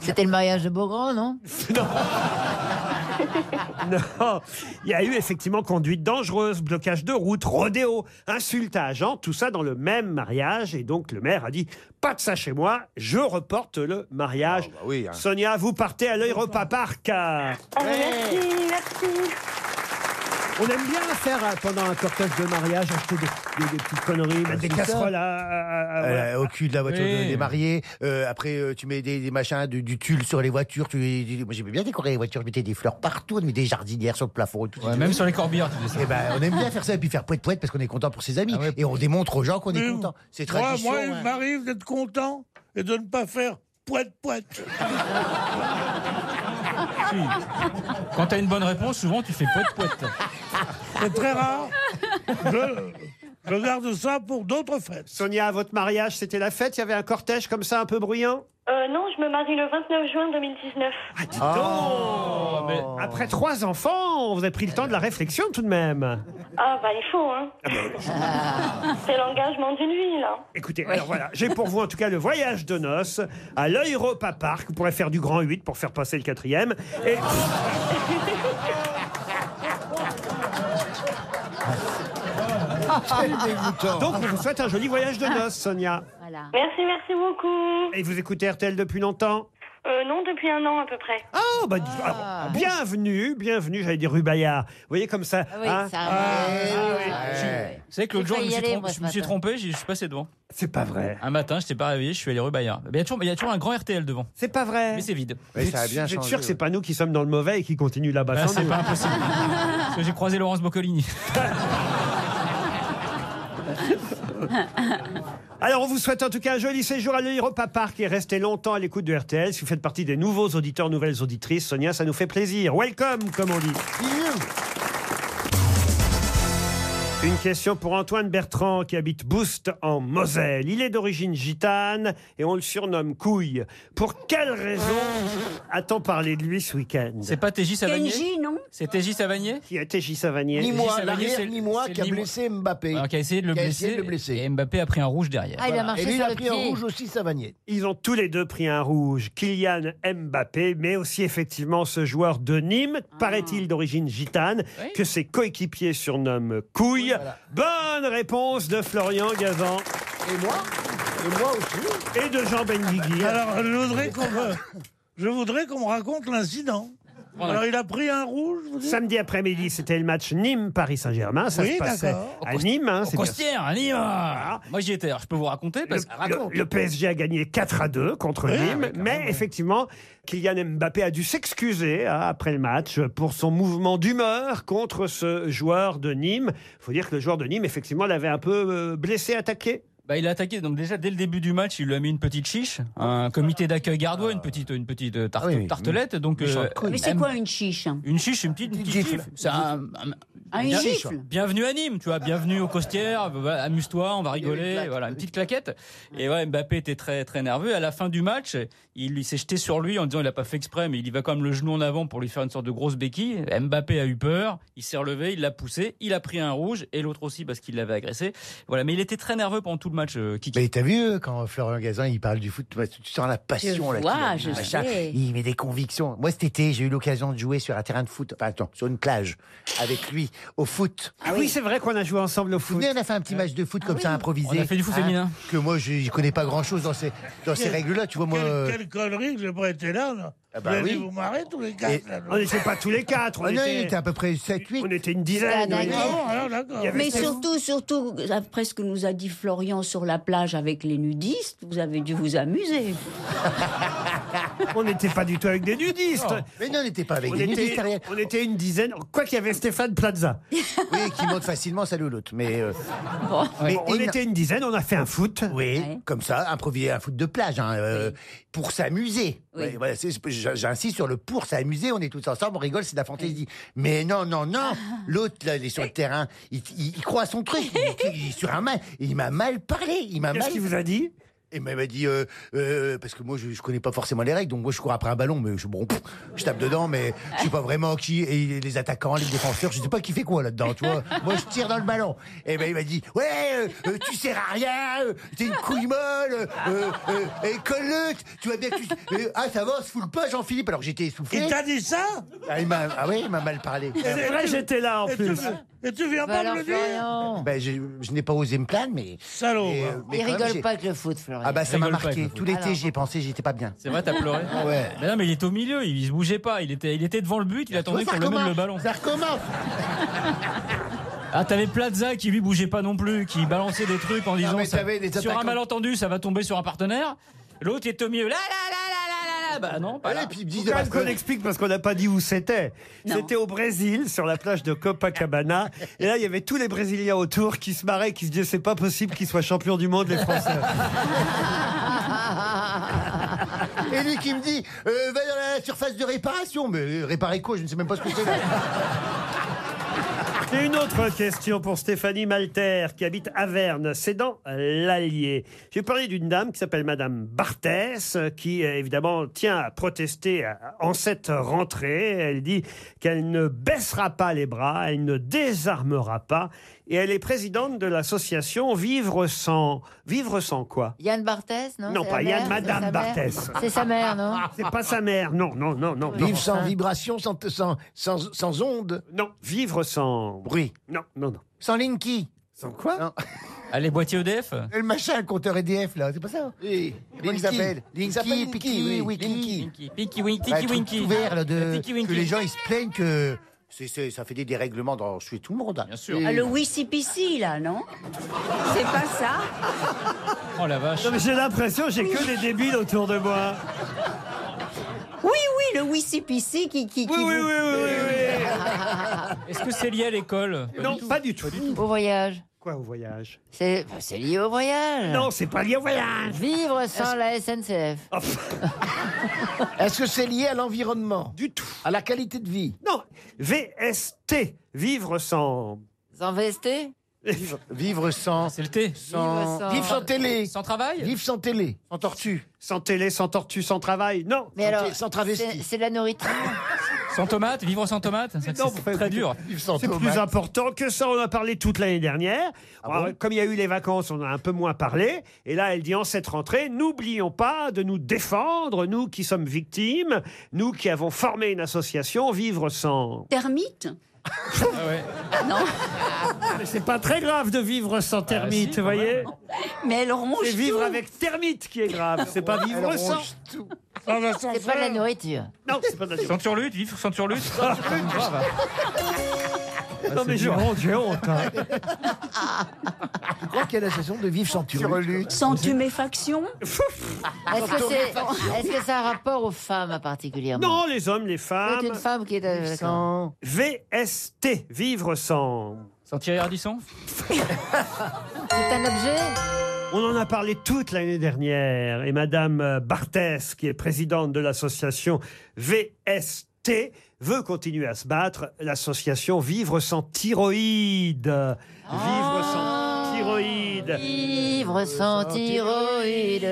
C'était le mariage de Beaugrand, non
Non, il y a eu effectivement conduite dangereuse, blocage de route, rodéo, insulte à agent, tout ça dans le même mariage. Et donc le maire a dit pas de ça chez moi, je reporte le mariage.
Ah, bah hein.
Sonia, vous partez à l'Europa Park. à-
Eh, Merci, merci.
On aime bien faire euh, pendant un cortège de mariage, acheter des, des- des petites conneries, mettre des
c'est ça.
casseroles à- à- à- voilà.
Euh, au cul de la voiture
Oui.
de- des mariés. Euh, après, euh, tu mets des, des machins, du, du tulle sur les voitures. Tu, tu- moi, j'aimais bien décorer les voitures. Je mettais des fleurs partout. On met des jardinières sur le plafond. Et tout, et tout.
Même sur les corbières, tu dis ça.
Eh ben, on aime bien faire ça et puis faire poète poète parce qu'on est content pour ses
Ah
amis et on démontre aux gens qu'on est
Mais
content. C'est
moi-
tradition. hein.
Moi, il
ouais.
m'arrive d'être content et de ne pas faire poète poète.
Quand t'as une bonne réponse, souvent tu fais poète poète.
C'est très rare. Je, je garde ça pour d'autres fêtes.
Sonia, à votre mariage, c'était la fête Il y avait un cortège comme ça un peu bruyant
Euh, non, je me marie le 29 juin 2019.
Oh, Ah, mais Après trois enfants, vous avez pris le temps de la réflexion tout de même.
Ah bah il faut, hein. C'est l'engagement d'une vie, là.
Écoutez, alors voilà, j'ai pour vous en tout cas le voyage de noces à l'Europa Park. Vous pourrez faire du grand 8 pour faire passer le quatrième. Et... Donc, on vous souhaite un joli voyage de noces, Sonia.
Merci, merci beaucoup.
Et vous écoutez RTL depuis longtemps
Euh, non, depuis un an à peu près.
Oh, bah, dis- ah, bienvenue, bienvenue, j'allais dire rue Bayard. Vous voyez comme ça hein? Ah,
oui, ça arrive.
Ah, C'est que l'autre
J'ai
jour, je
failli
me suis,
y aller,
trompé-
moi, ce
je me suis
matin.
trompé, j'ai- je suis passé devant.
C'est pas vrai.
Un matin, je t'ai pas réveillé, je suis allé rue Bayard. Il y, a toujours- il y a toujours un grand RTL devant.
C'est pas vrai.
Mais c'est vide.
Vous êtes- Vous êtes sûr que c'est pas nous qui sommes dans le mauvais et qui continuent là-bas
Bah,
sans
c'est
nous hein
pas impossible. Parce que j'ai croisé Laurence Boccolini.
Alors, on vous souhaite en tout cas un joli séjour à l'Europa Park et restez longtemps à l'écoute de RTL. Si vous faites partie des nouveaux auditeurs, nouvelles auditrices, Sonia, ça nous fait plaisir. Welcome, comme on dit. Une question pour Antoine Bertrand qui habite Boust en Moselle. Il est d'origine gitane et on le surnomme Couille. Pour quelle raison a-t-on parlé de lui ce week-end
C'est pas TJ Savanier
Kenji, non
C'est TJ Savanier
Qui a TJ Savanier
Ni
TJ
moi,
Savanier,
l'arrière,
c'est-
ni moi
c'est
qui a
Nîmois.
blessé Mbappé.
Alors, qui a essayé de le
Qui a
blesser.
essayé de le blesser.
Et Mbappé a pris un rouge derrière.
Ah, il a marché
Et lui, il
sur
a
le
pris un
pied.
rouge aussi, Savanier.
Ils ont tous les deux pris un rouge, Kylian Mbappé, mais aussi effectivement ce joueur de Nîmes, paraît-il d'origine gitane, que ses coéquipiers surnomment Couille. Bonne réponse de Florian Gazan.
Et moi Et moi aussi
Et de Jean
Ah
Benguigui.
bah, Alors, je voudrais qu'on me, je voudrais qu'on me raconte l'incident. Alors, il a pris un rouge, vous dites
Samedi après-midi, c'était le match Nîmes-Paris Saint-Germain. Ça
Oui,
se passait
d'accord.
à Nîmes. hein, c'est bien
Costière, allez, ah. Moi j'y étais, alors je peux vous raconter parce que.
Le, le PSG a gagné 4 à 2 contre
Ouais,
Nîmes,
ouais,
mais effectivement, Kylian Mbappé a dû s'excuser hein, après le match pour son mouvement d'humeur contre ce joueur de Nîmes. faut dire que le joueur de Nîmes, effectivement, l'avait un peu euh, blessé, attaqué.
Bah, il a attaqué, donc déjà dès le début du match, il lui a mis une petite chiche, un comité d'accueil gardois, une petite, une petite euh,
Ah
tarte- tartelette. Donc, euh,
Mais c'est quoi une chiche hein
Une chiche, une petite, une petite gifle. C'est un, un-
Ah, une
bien-
gifle.
Bienvenue à Nîmes, tu vois. Bienvenue aux costières. voilà, Amuse-toi, on va rigoler. voilà, une petite claquette. Et ouais, Mbappé était très, très nerveux. À la fin du match, il, il s'est jeté sur lui en disant il a pas fait exprès, mais il y va quand même le genou en avant pour lui faire une sorte de grosse béquille. Mbappé a eu peur. Il s'est relevé, il l'a poussé, il a pris un rouge et l'autre aussi parce qu'il l'avait agressé. Voilà, mais il était très nerveux pendant tout le de matchs euh, qui
Mais t'as vu euh, quand Florian Gazan il parle du foot, tu vois, tu sens la passion
Je
là.
vois,
qu'il a,
je
machin.
sais.
Il met des convictions. Moi cet été j'ai eu l'occasion de jouer sur un terrain de foot, enfin attends, sur une plage avec lui au foot.
Ah oui, c'est vrai qu'on a joué ensemble au
foot. on a fait un petit match de
Ah
foot comme ça improvisé. Hein,
On a fait du foot féminin.
Que moi je je connais pas grand chose dans ces dans ces
Quelle-
règles là, tu vois moi.
quelle-
euh,
Quelle, connerie que j'ai pas été là. là.
Ah bah
vous allez
oui.
vous marrer tous les quatre.
Et-
là,
On n'était pas tous les quatre. On
Ah non,
était...
il était à peu près 7-8.
On était une
Ah,
dizaine.
d'accord.
Il y avait
Mais
sept-
surtout, surtout, après ce que nous a dit Florian sur la plage avec les nudistes, vous avez dû vous amuser.
On n'était pas du tout avec des nudistes.
Mais non, on n'était pas avec
on
des
était-
nudistes, Ariel.
On était une dizaine. Quoi qu'il y avait Stéphane Plaza.
Oui, qui monte facilement, salut l'autre. Mais, euh,
Bon, on était une dizaine, on a fait un foot.
Oui, comme ça, improvisé, un foot de plage, hein, euh, pour s'amuser. Ouais, voilà, c'est- j'- J'insiste sur le pour s'amuser, on est tous ensemble, on rigole, c'est de la fantaisie. Mais non, non, non, l'autre, là, il est sur le terrain, il, il- il croit à son truc, il, il est sur un mal, il m'a mal parlé, il m'a
Qu'est-ce
mal...
qu'il vous a dit
Et il m'a dit, euh, euh, parce que moi je, je connais pas forcément les règles, donc moi je cours après un ballon, mais je, bon, pff, je tape dedans, mais je sais pas vraiment qui, et les attaquants, les défenseurs, je sais pas qui fait quoi là-dedans, tu vois. Moi je tire dans le ballon. Et ben il m'a dit, ouais, euh, euh, tu sers à rien, euh, t'es une couille molle, euh, euh, et colle-le, tu- tu vois bien que tu. euh, ah ça va, se foule pas Jean-Philippe, alors que j'étais essoufflé.
Il t'a dit ça
ah, il m'a- ah oui, il m'a mal parlé.
C'est vrai, j'étais là, en Et tu- plus. et tu
Bah
viens
Bah,
pas me le dire
Ben, je, je n'ai pas osé me plaindre, mais.
Salaud hein.
mais, euh, mais
Il
quand même,
rigole
j'ai-
pas avec le foot, Florian.
Ah bah ça m'a
Rigole pas avec
marqué.
le foot.
Tout l'été
Alors.
j'y ai pensé, j'étais pas bien.
C'est vrai, t'as pleuré
Ah ouais.
Mais non, mais il était au milieu, il se bougeait pas, il était, il était devant le
Bah,
but, il attendait
ça
qu'on le mène
recommence,
le ballon.
Ça recommence
Ah, t'avais Plaza qui lui bougeait pas non plus, qui balançait des trucs en disant
mais
ça-
t'avais des
sur un
attaquants.
malentendu, ça va tomber sur un partenaire. L'autre est au milieu, là, là, là, là, là, là, bah non, pas
Ah,
là.
Faut quand même qu'on explique parce qu'on n'a pas dit où c'était. C'était au Brésil, sur la plage de Copacabana. Et là, il y avait tous les Brésiliens autour qui se marraient, qui se disaient c'est pas possible qu'ils soient champions du monde, les Français.
Et lui qui me dit, euh, va dans la surface de réparation. Mais euh, réparer quoi Je ne sais même pas ce que c'est.
Et une autre question pour Stéphanie Malter, qui habite Averne, c'est dans l'Allier. J'ai parlé d'une dame qui s'appelle Madame Barthès, euh, qui euh, évidemment tient à protester euh, en cette rentrée. Elle dit qu'elle ne baissera pas les bras, elle ne désarmera pas. Et elle est présidente de l'association Vivre sans... Vivre sans quoi
Yann Barthès, non
Non,
C'est
pas
la
Yann,
mère,
Madame
c'est sa mère
Barthès.
C'est sa mère, non
C'est pas sa mère, non, non, non, non. non.
Vivre sans vibration, sans, sans, sans, sans onde.
Non, vivre sans
bruit.
Non, non, non.
Sans Linky.
Sans quoi
Allez, boîtier E EDF
Et Le machin, le compteur EDF, là, c'est pas ça
Et
Comment ils s'appellent Linky, Piki, oui, Wiki.
Pinky Winky,
Bah,
Tiki
truc
Winky.
tout vert, là, de-
Tiki Winky.
que les gens, ils se plaignent que c'est- c'est- ça fait des dérèglements dans, chez tout le monde. Bien
sûr.
Ah, le wissipissi, là, non C'est pas ça
Oh la vache.
Non, mais J'ai l'impression j'ai que des débiles autour de moi.
Oui, oui, le wissipissi qui... qui, qui oui, oui, oui,
Est-ce que c'est lié à l'école
Non, pas du tout.
Au voyage.
Quoi au voyage
C'est bah, c'est lié au voyage.
Non, c'est pas lié au voyage. Oh.
Vivre sans la SNCF.
Est-ce que c'est lié à l'environnement
Du tout.
À la qualité de vie
Non, VST, vivre sans.
Sans VST
Vivre,
vivre sans.
Ah, C'est le thé.
sans-
Vivre sans-
Vivre sans télé
Sans travail
Vivre sans télé
Sans tortue.
Sans télé, sans tortue, sans travail. Non.
Mais alors,
sans travesti.
c'est- c'est de la nourriture.
Sans tomate Vivre sans tomate C'est c'est très dur.
C'est plus important que ça. On en a parlé toute l'année dernière.
Ah
Alors, comme il y a eu les vacances, on en a un peu moins parlé. Et là, elle dit en cette rentrée, n'oublions pas de nous défendre, nous qui sommes victimes, nous qui avons formé une association, vivre sans.
Termite
Ah ouais.
Non,
Mais C'est pas très grave de vivre sans termites,
Bah, si,
vous
quand
voyez.
mais elle ronge
C'est vivre
tout.
avec termites qui est grave. C'est pas vivre
Elle
sans.
ronge tout.
Ah,
Sans
bah,
C'est pas de la
ascenseur.
nourriture.
Non, c'est pas de la- Ah, bah.
Centurlute, vivre sans turlute. hein. Ah,
Non, mais j'ai honte, j'ai honte. hein.
Je crois qu'il y a la session de vivre sans télé.
Sans tuméfaction
Est-ce que, c'est- est-ce que ça a rapport aux femmes particulièrement
Non, les hommes, les
C'est une
femmes.
femme qui est. euh,
Sans...
VST, vivre sans.
Sans Thierry Ardisson
C'est un objet
On en a parlé toute l'année dernière. Et Madame euh, Barthès, qui est présidente de l'association VST, veut continuer à se battre. L'association Vivre sans thyroïde. Vivre sans thyroïde.
Vivre sans thyroïde.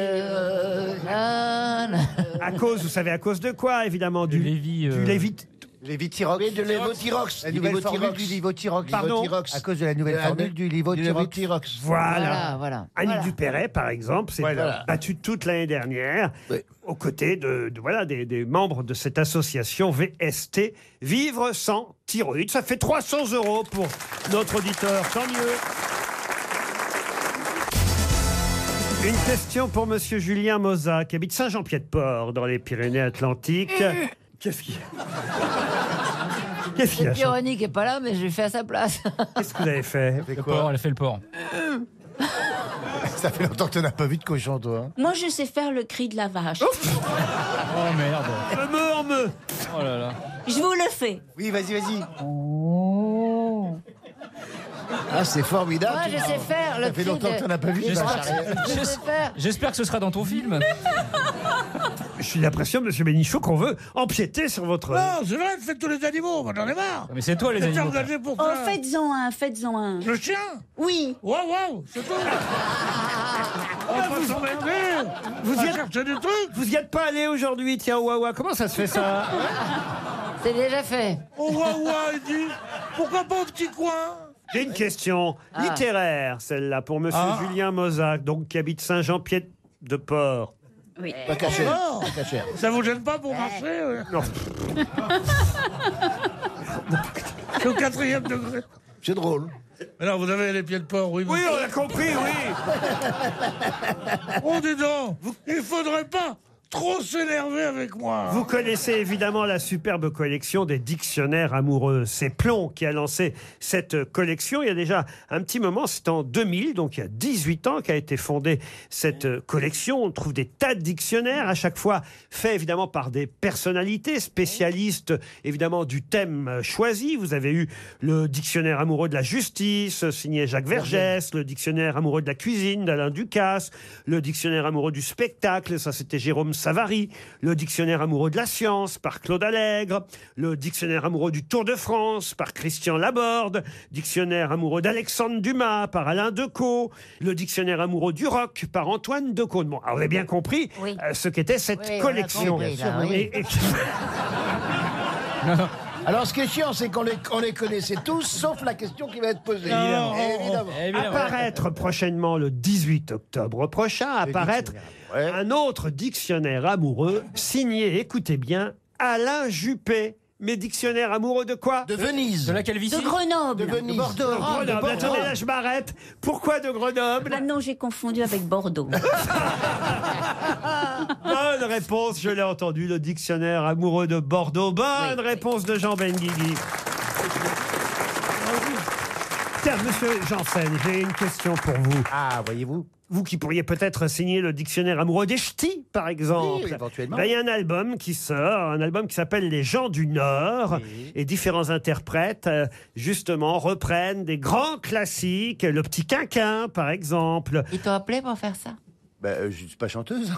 Na, na.
À cause, vous savez, à cause de quoi, évidemment Du,
Lévi,
du
euh,
Lévi-
Les Vitirox.
de Levothyrox.
La
Du
nouvelle
Levothyrox.
formule du Levothyrox.
Pardon
Levothyrox. À cause de la nouvelle
De la-
formule du Levothyrox.
Voilà. Annick
Voilà.
Dupéret, par exemple, s'est
Voilà.
battue toute l'année dernière aux côtés de, de- voilà, des, des membres de cette association VST Vivre sans thyroïde. Ça fait 300 euros pour notre auditeur. Tant mieux. Une question pour Monsieur Julien Moza, qui habite Saint-Jean-Pied-de-Port, dans les Pyrénées-Atlantiques.
Euh.
Qu'est-ce qu'il y a Qu'est-ce qu'il y a
C'est
Jean-
Pironi qui est pas là, mais je lui fais à sa place.
Qu'est-ce que vous avez fait
Le porc,
elle a fait le porc.
Ça fait longtemps que tu n'as pas vu de cochon, toi. hein.
Moi, je sais faire le cri de la vache.
Oh merde.
Oh là là.
Je vous le fais.
Oui, vas-y, vas-y. Oh.
Ah, c'est formidable.
Moi, je sais faire le cri de- Je sais- je sais faire.
J'espère que ce sera dans ton film. Je suis l'impression, monsieur Bénichou, qu'on veut empiéter sur votre.
Non, c'est vrai, faites tous les animaux, moi, j'en ai marre.
Mais c'est toi, les
Vous êtes
animaux.
engagé pour
Oh,
ça.
faites-en un, faites-en un.
Le chien
Oui.
Waouh, waouh, c'est tout. On va pas s'embêter.
Vous
On va
y êtes-
chercher des trucs.
Vous y êtes pas allé aujourd'hui, tiens, Wawa, comment ça se fait ça
C'est déjà fait.
Oh, waouh, waouh, il dit pourquoi pas au petit coin
J'ai une question
Ah.
littéraire, celle-là, pour monsieur
Ah.
Julien Mozac, donc qui habite Saint-Jean-Pied-de-Port.
Oui.
Pas caché,
Alors,
pas caché. Eh.
Ça vous gêne pas pour marcher euh
Non.
C'est au quatrième degré.
C'est drôle.
Alors, vous avez les pieds de porc, oui.
Oui,
mais-
on a compris,
Oh, dis donc, vous- il faudrait pas trop s'énerver avec moi.
Vous connaissez évidemment la superbe collection des dictionnaires amoureux. C'est Plon qui a lancé cette collection. Il y a déjà un petit moment, c'est en 2000, donc il y a 18 ans qu'a été fondée cette euh, collection. On trouve des tas de dictionnaires, à chaque fois faits évidemment par des personnalités spécialistes, évidemment du thème euh, choisi. Vous avez eu le dictionnaire amoureux de la justice, euh, signé Jacques Vergès, le dictionnaire amoureux de la cuisine d'Alain Ducasse, le dictionnaire amoureux du spectacle, ça c'était Jérôme Savary, le dictionnaire amoureux de la science par Claude Allègre, le dictionnaire amoureux du Tour de France par Christian Laborde, dictionnaire amoureux d'Alexandre Dumas par Alain Decaux, le dictionnaire amoureux du rock par Antoine Decaune. Bon, alors, vous avez bien compris
Oui.
euh, ce qu'était cette
Oui, on a
collection.
compris, là, oui.
Et- et-
Alors, ce qui est chiant, c'est qu'on les, on les connaissait tous, sauf la question qui va être posée.
Non,
Eh,
Eh,
Évidemment.
Apparaître prochainement le 18 octobre prochain, apparaître un autre dictionnaire amoureux signé, écoutez bien, Alain Juppé. Mais dictionnaire amoureux de quoi De
Venise.
De la calvitie
De Grenoble.
De Venise. De Bordeaux.
De Rome, de
Grenoble.
Bordeaux.
Attendez, là, je m'arrête. Pourquoi de Grenoble
Ah non, j'ai confondu avec Bordeaux.
Bonne réponse, je l'ai entendu, le dictionnaire amoureux de Bordeaux. Bonne réponse de Jean Benguigui. Tiens, monsieur Janssen, j'ai une question pour vous.
Ah, voyez-vous
Vous qui pourriez peut-être signer le dictionnaire amoureux des ch'tis, par exemple.
Oui, éventuellement.
Ben, Il y a un album qui sort, un album qui s'appelle Les gens du Nord. Et différents interprètes, euh, justement, reprennent des grands classiques. Le petit quinquin, par exemple.
Ils t'ont appelé pour faire ça
Bah, euh, je suis pas chanteuse.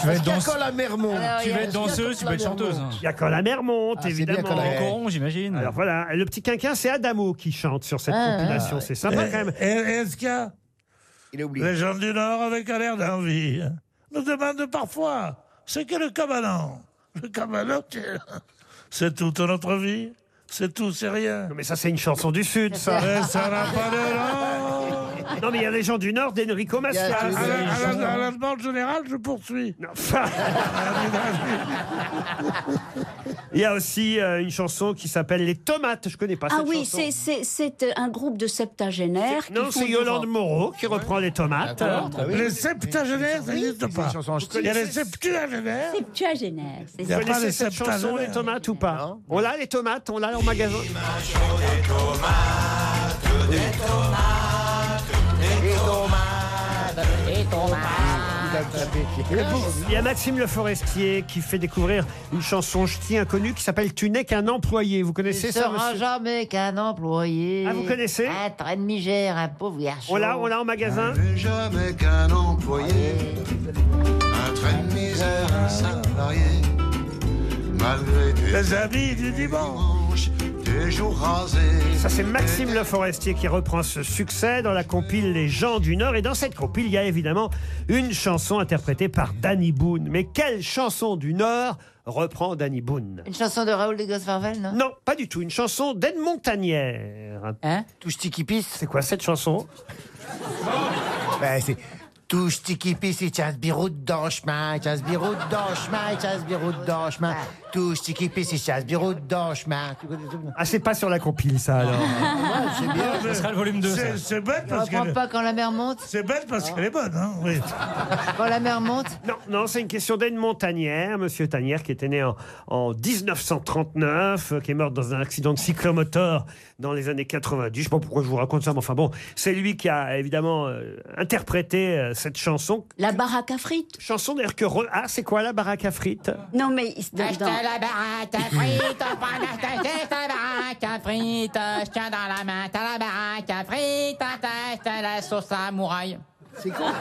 Tu vas être danse-
quand la mer monte.
Alors,
Tu vas être danseuse, tu vas être chanteuse.
Il y a quand la mer monte,
Ah, c'est bien
évidemment.
quand la mer monte. Coron, j'imagine.
Alors voilà, le petit quinquin, c'est Adamo qui chante sur cette
Ah,
compilation.
ah,
c'est sympa
ouais.
quand même.
Et- et Est-ce qu'il y a Les gens du Nord, avec un air d'envie, nous demandent parfois ce qu'est le cabanon. Le cabanon, c'est- c'est toute notre vie, c'est tout, c'est rien.
Mais ça, c'est une chanson du
Eh,
Sud, ça.
Mais ça n'a pas de nom.
Non, mais il y a les gens du Nord d'Enrico
À la,
Macias.
Ah,
à la- à la demande générale, je poursuis.
Il y a aussi euh, une chanson qui s'appelle Les Tomates. Je connais pas
Ah
cette
oui,
chanson.
c'est- c'est c'est, euh, un groupe de septagénaires. qui
Non,
font
c'est
du
Yolande
rock.
Moreau qui reprend Les Tomates.
D'accord. Ah oui.
Les septagénaires, ça n'existe pas. Il y a les septuagénaires.
Septuagénaires, c'est
Vous
ça.
connaissez cette chanson, Les Tomates ou pas On l'a, Les Tomates On l'a en magasin Il y a Maxime Le Forestier qui fait découvrir une chanson ch'ti inconnue qui s'appelle Tu n'es qu'un employé. Vous
Tu
connaissez ça,
seras
monsieur
jamais qu'un employé.
Ah, vous connaissez Oh
Un train de migère, un pauvre garçon.
On l'a, on l'a en magasin
jamais qu'un employé, un train de misère, un salarié, malgré tes
Les amis du dimanche.
tu de jours rasés.
Ça, c'est Maxime Le Forestier qui reprend ce succès dans la compile Les gens du Nord. Et dans cette compile, il y a évidemment une chanson interprétée par Danny Boone. Mais quelle chanson du Nord reprend Danny Boone
Une chanson de Raoul de Gosfarvel, non
Non, pas du tout. Une chanson d'Anne Montagnière.
Hein
Touche qui pisse. C'est quoi cette chanson
Ouais, Ben, c'est touche tiki pissi, tiens ce birou dans le chemin, tiens ce birou dans le chemin, tiens ce birou dans le chemin, touche tiki pissi, tiens ce birou dans le chemin.
Ah, c'est pas sur la compile, ça, alors.
Ah,
euh,
Ce sera le volume 2. C'est c'est bête
On
parce
reprend
qu'elle
pas quand la mer monte
C'est bête parce qu'elle est bonne. Hein oui.
Quand la mer monte
Non, non, c'est une question d'Anne Montagnière, monsieur Tanière, qui était né en, en 1939, euh, qui est mort dans un accident de cyclomoteur dans les années 90. Je sais pas pourquoi je vous raconte ça, mais enfin bon, c'est lui qui a évidemment euh, interprété euh, cette chanson.
La baraque à frites.
Chanson d'ailleurs que. re- Ah, c'est quoi la baraque à frites
Non, mais.
la baraque à frites, on prend la tête, la baraque à frites, je tiens dans la main, t'as la baraque à frites, t'as- t'as la sauce samouraï.
C'est quoi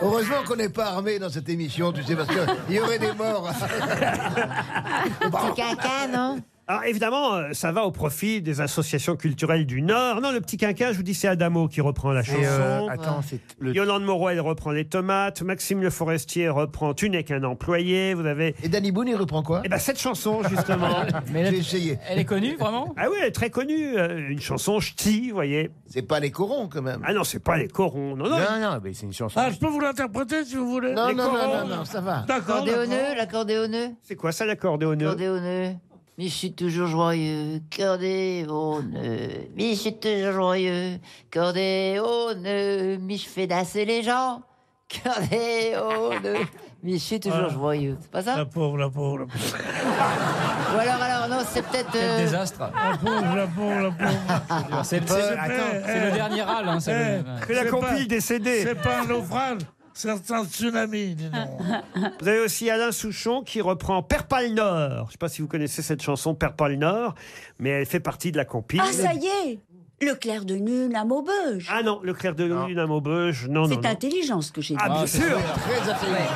Heureusement qu'on n'est pas armé dans cette émission, tu sais, parce qu'il y aurait des morts.
Petit
Ah,
caca, non
Alors évidemment, euh, ça va au profit des associations culturelles du Nord. Non, le petit quinquin, je vous dis, c'est Adamo qui reprend la chanson.
euh, attends, c'est
Yolande Moreau, elle reprend les tomates. Maxime Le Forestier reprend Tu n'es qu'un employé. Vous avez.
Et Danny Boone, il reprend quoi
Eh ben cette chanson justement.
J'ai essayé.
Elle est connue, vraiment
Ah oui, elle est très connue. euh, Une chanson ch'ti, vous voyez.
C'est pas les corons quand même.
Ah non, c'est pas les corons.
Oh,
Non, non.
Non, non, mais c'est une chanson.
Ah, je peux vous l'interpréter si vous voulez.
Non,
Les
non,
corons.
non, non, non, ça va.
D'accord.
L'accordéoneux,
d'accord.
l'accordéoneux
C'est quoi ça l'accordéoneux
L'accordéoneux. Mais je suis toujours joyeux, cordéoneux. Mais je suis toujours joyeux, cordéoneux. Mais je fais dasser les gens, cordéoneux. Mais je suis toujours joyeux. C'est pas ça
La pauvre, la pauvre, la pauvre.
Ou alors, alors, non, c'est peut-être.
Quel
euh,
désastre.
La pauvre, la pauvre, la pauvre.
C'est le,
S'il
Ah, c'est
vous plaît,
le- c'est
eh,
le dernier râle. Hein, c'est
eh,
le- ouais.
Que la
c'est
compile
pas-
décédée.
C'est pas un naufrage, c'est un tsunami, dis donc.
Vous avez aussi Alain Souchon qui reprend Père Pal Nord. Je ne sais pas si vous connaissez cette chanson Père Pal Nord, mais elle fait partie de la compile.
Ah, ça y est Le clair de lune à Maubeuge.
Ah non, le clair de lune à Maubeuge, non, non,
C'est
non.
intelligent ce que j'ai dit.
Ah, bien
c'est
sûr
Très intelligent.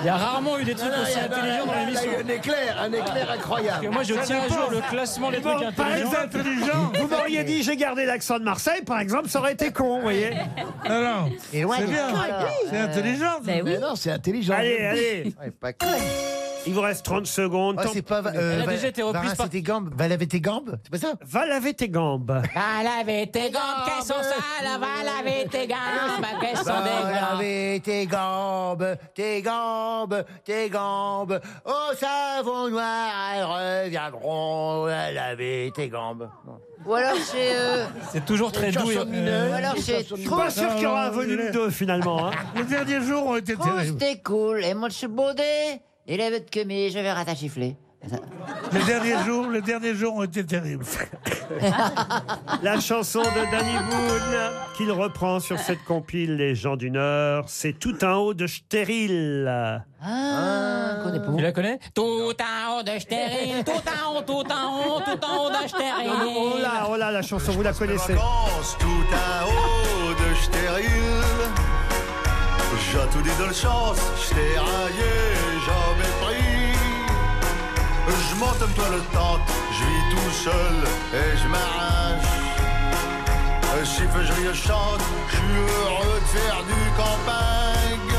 Il y a rarement eu des trucs aussi intelligents dans
Là, il y a
l'émission.
un éclair, un éclair
Parce que
incroyable.
moi, je
Ça
tiens à
dépend.
jour le classement des trucs
Pas
intelligents.
intelligent.
Vous m'auriez dit j'ai gardé l'accent de Marseille, par exemple, ça aurait été con, vous voyez.
Non, non.
Et loin
C'est
des
bien. C'est intelligent.
Ben oui.
Mais non, c'est intelligent.
Allez, allez,
Ouais, pas con.
il vous reste 30 secondes.
Ah,
Tant-
c'est pas. euh,
Elle a
va-
déjà été
va
reprise
rincer
par-
tes gambes. Va laver tes gambes. C'est pas ça
Va laver tes gambes.
Va laver tes
Ah,
gants, qu'elles sont
ben.
sales, va laver tes gants, qu'elles sont
Va
des gants.
laver tes gambes, tes gambes, tes gambes. Au savon noir, elles reviendront. Va laver tes gambes. Non.
Ou alors chez. euh,
C'est toujours très doux.
hein.
et-
ou alors chez.
Je suis pas sûr qu'il y aura un
non,
volume
non,
2 finalement. hein.
Les derniers jours ont été
Trousse,
terribles.
t'es Oh, cool, et moi je suis baudé, et la bête que mais je vais ratachifler.
Les derniers jours, les derniers jours ont été terribles.
La chanson de Danny Boone qu'il reprend sur cette compile Les gens du Nord, c'est tout un haut de stérile.
Ah, connais pas.
Tu la connais
Tout en haut de stérile, tout en haut, tout en haut, tout en haut de
Oh
stérile.
là, oh là, la chanson, vous la connaissez.
Vacances, tout un haut de stérile. J'ai tout dit de chance, j't'ai raillé, jamais pris. Je m'entame toi le temps, je vis tout seul et je m'arrache. Si je ris, je chante, je suis heureux de faire du campagne.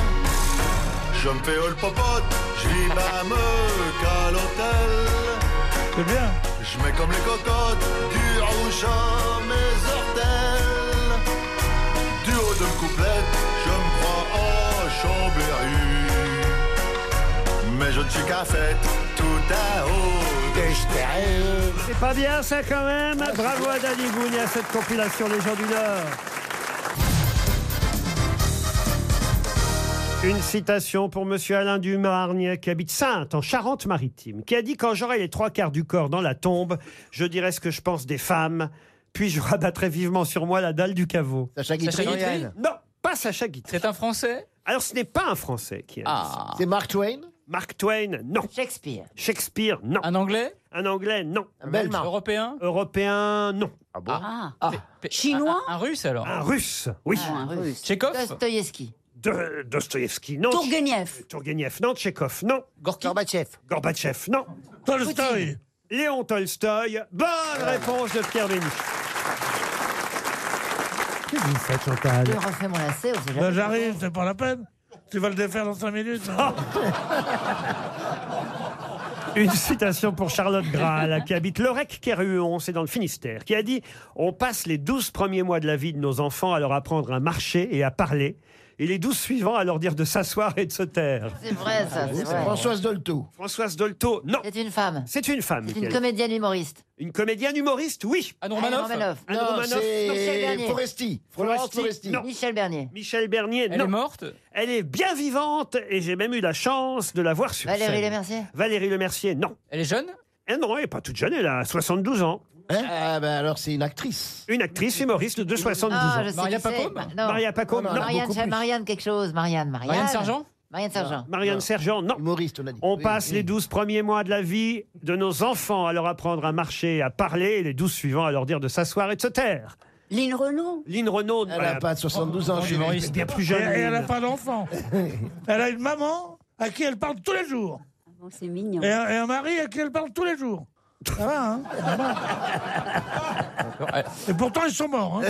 Je me fais le popote, je vis ma meute à l'hôtel.
C'est bien.
Je mets comme les cocottes du rouge à mes orteils. Du haut de la couplette, je me crois en Chambéry. Mais je ne suis qu'un fait, tout à haut de stérile.
C'est pas bien ça quand même. Bravo à Danny Boone et à cette compilation Les gens du Nord. Une citation pour Monsieur Alain Dumargne, qui habite Sainte, en Charente-Maritime, qui a dit Quand j'aurai les trois quarts du corps dans la tombe, je dirai ce que je pense des femmes, puis je rabattrai vivement sur moi la dalle du caveau.
Sacha
Sacha
Guitry.
Guitry
Non, pas Sacha Guitry.
C'est un Français
Alors ce n'est pas un Français qui a dit ça.
Ah.
C'est Mark Twain
Mark Twain, non.
Shakespeare.
Shakespeare, non.
Un Anglais
Un Anglais, non.
Un Belge.
Européen
Européen, non.
Ah,
Ah.
Chinois
Un, un Russe alors
Un Russe, oui.
Ah, un russe.
Tchekhov
Dostoïevski.
De- Dostoïevski, non.
Tourguenieff.
Tourguenieff, non. Tchekhov, non.
Gorbatchev.
Gorbatchev, non. Tolstoï. Léon Tolstoï. Bonne réponse de Pierre Bénichou.
Qu'est-ce que vous faites, Chantal
Je refais mon lacet, on sait jamais.
Ben, J'arrive, c'est pas la peine. Tu vas le défaire dans 5 minutes. hein.
Une citation pour Charlotte Graal, qui habite Lorec Kerhuon, c'est dans le Finistère, qui a dit On passe les douze premiers mois de la vie de nos enfants à leur apprendre à marcher et à parler, et les douze suivants à leur dire de s'asseoir et de se taire.
C'est vrai, ça, c'est vrai.
Ah Françoise Dolto. Françoise Dolto, non.
C'est une femme.
C'est une femme.
C'est une
Michael.
comédienne humoriste.
Une comédienne humoriste, oui. Anne
Romanoff Anne Romanoff.
Anne
Non,
Romanoff,
c'est
non.
Michel Bernier. Foresti. Florence Foresti.
non.
Michel Bernier.
Michel Bernier,
Elle
non.
est
morte
Elle est bien vivante et j'ai même eu la chance de la voir sur
Valérie
scène.
Lemercier
Valérie Lemercier, non. Eh
Elle est jeune
Non, elle n'est pas toute jeune, elle a 72 ans. ah ben alors c'est une actrice. Une actrice humoriste de 72
Ah,
ans.
je sais qui c'est. Ma- non.
Maria Pacôme, non.
Marianne,
beaucoup plus. Ah,
Marianne quelque chose. Marianne, Marianne.
Marianne Sargent
Marianne Sargent.
Marianne Sergent, non. on passe les 12 premiers mois de la vie de nos enfants à leur apprendre à marcher, à parler, et les 12 suivants à leur dire de s'asseoir et de se taire.
Lynn Renault.
Lynn Renaud. Oh,
Elle n'a pas 72 ans, je
humoriste. Bien plus jeune.
Et, et elle n'a
Lynn.
pas d'enfant. elle a une maman à qui elle parle tous les jours.
Bon, c'est mignon.
Et un, et un mari à qui elle parle tous les jours. Ça va, hein Ça va. Et pourtant, ils sont morts. hein.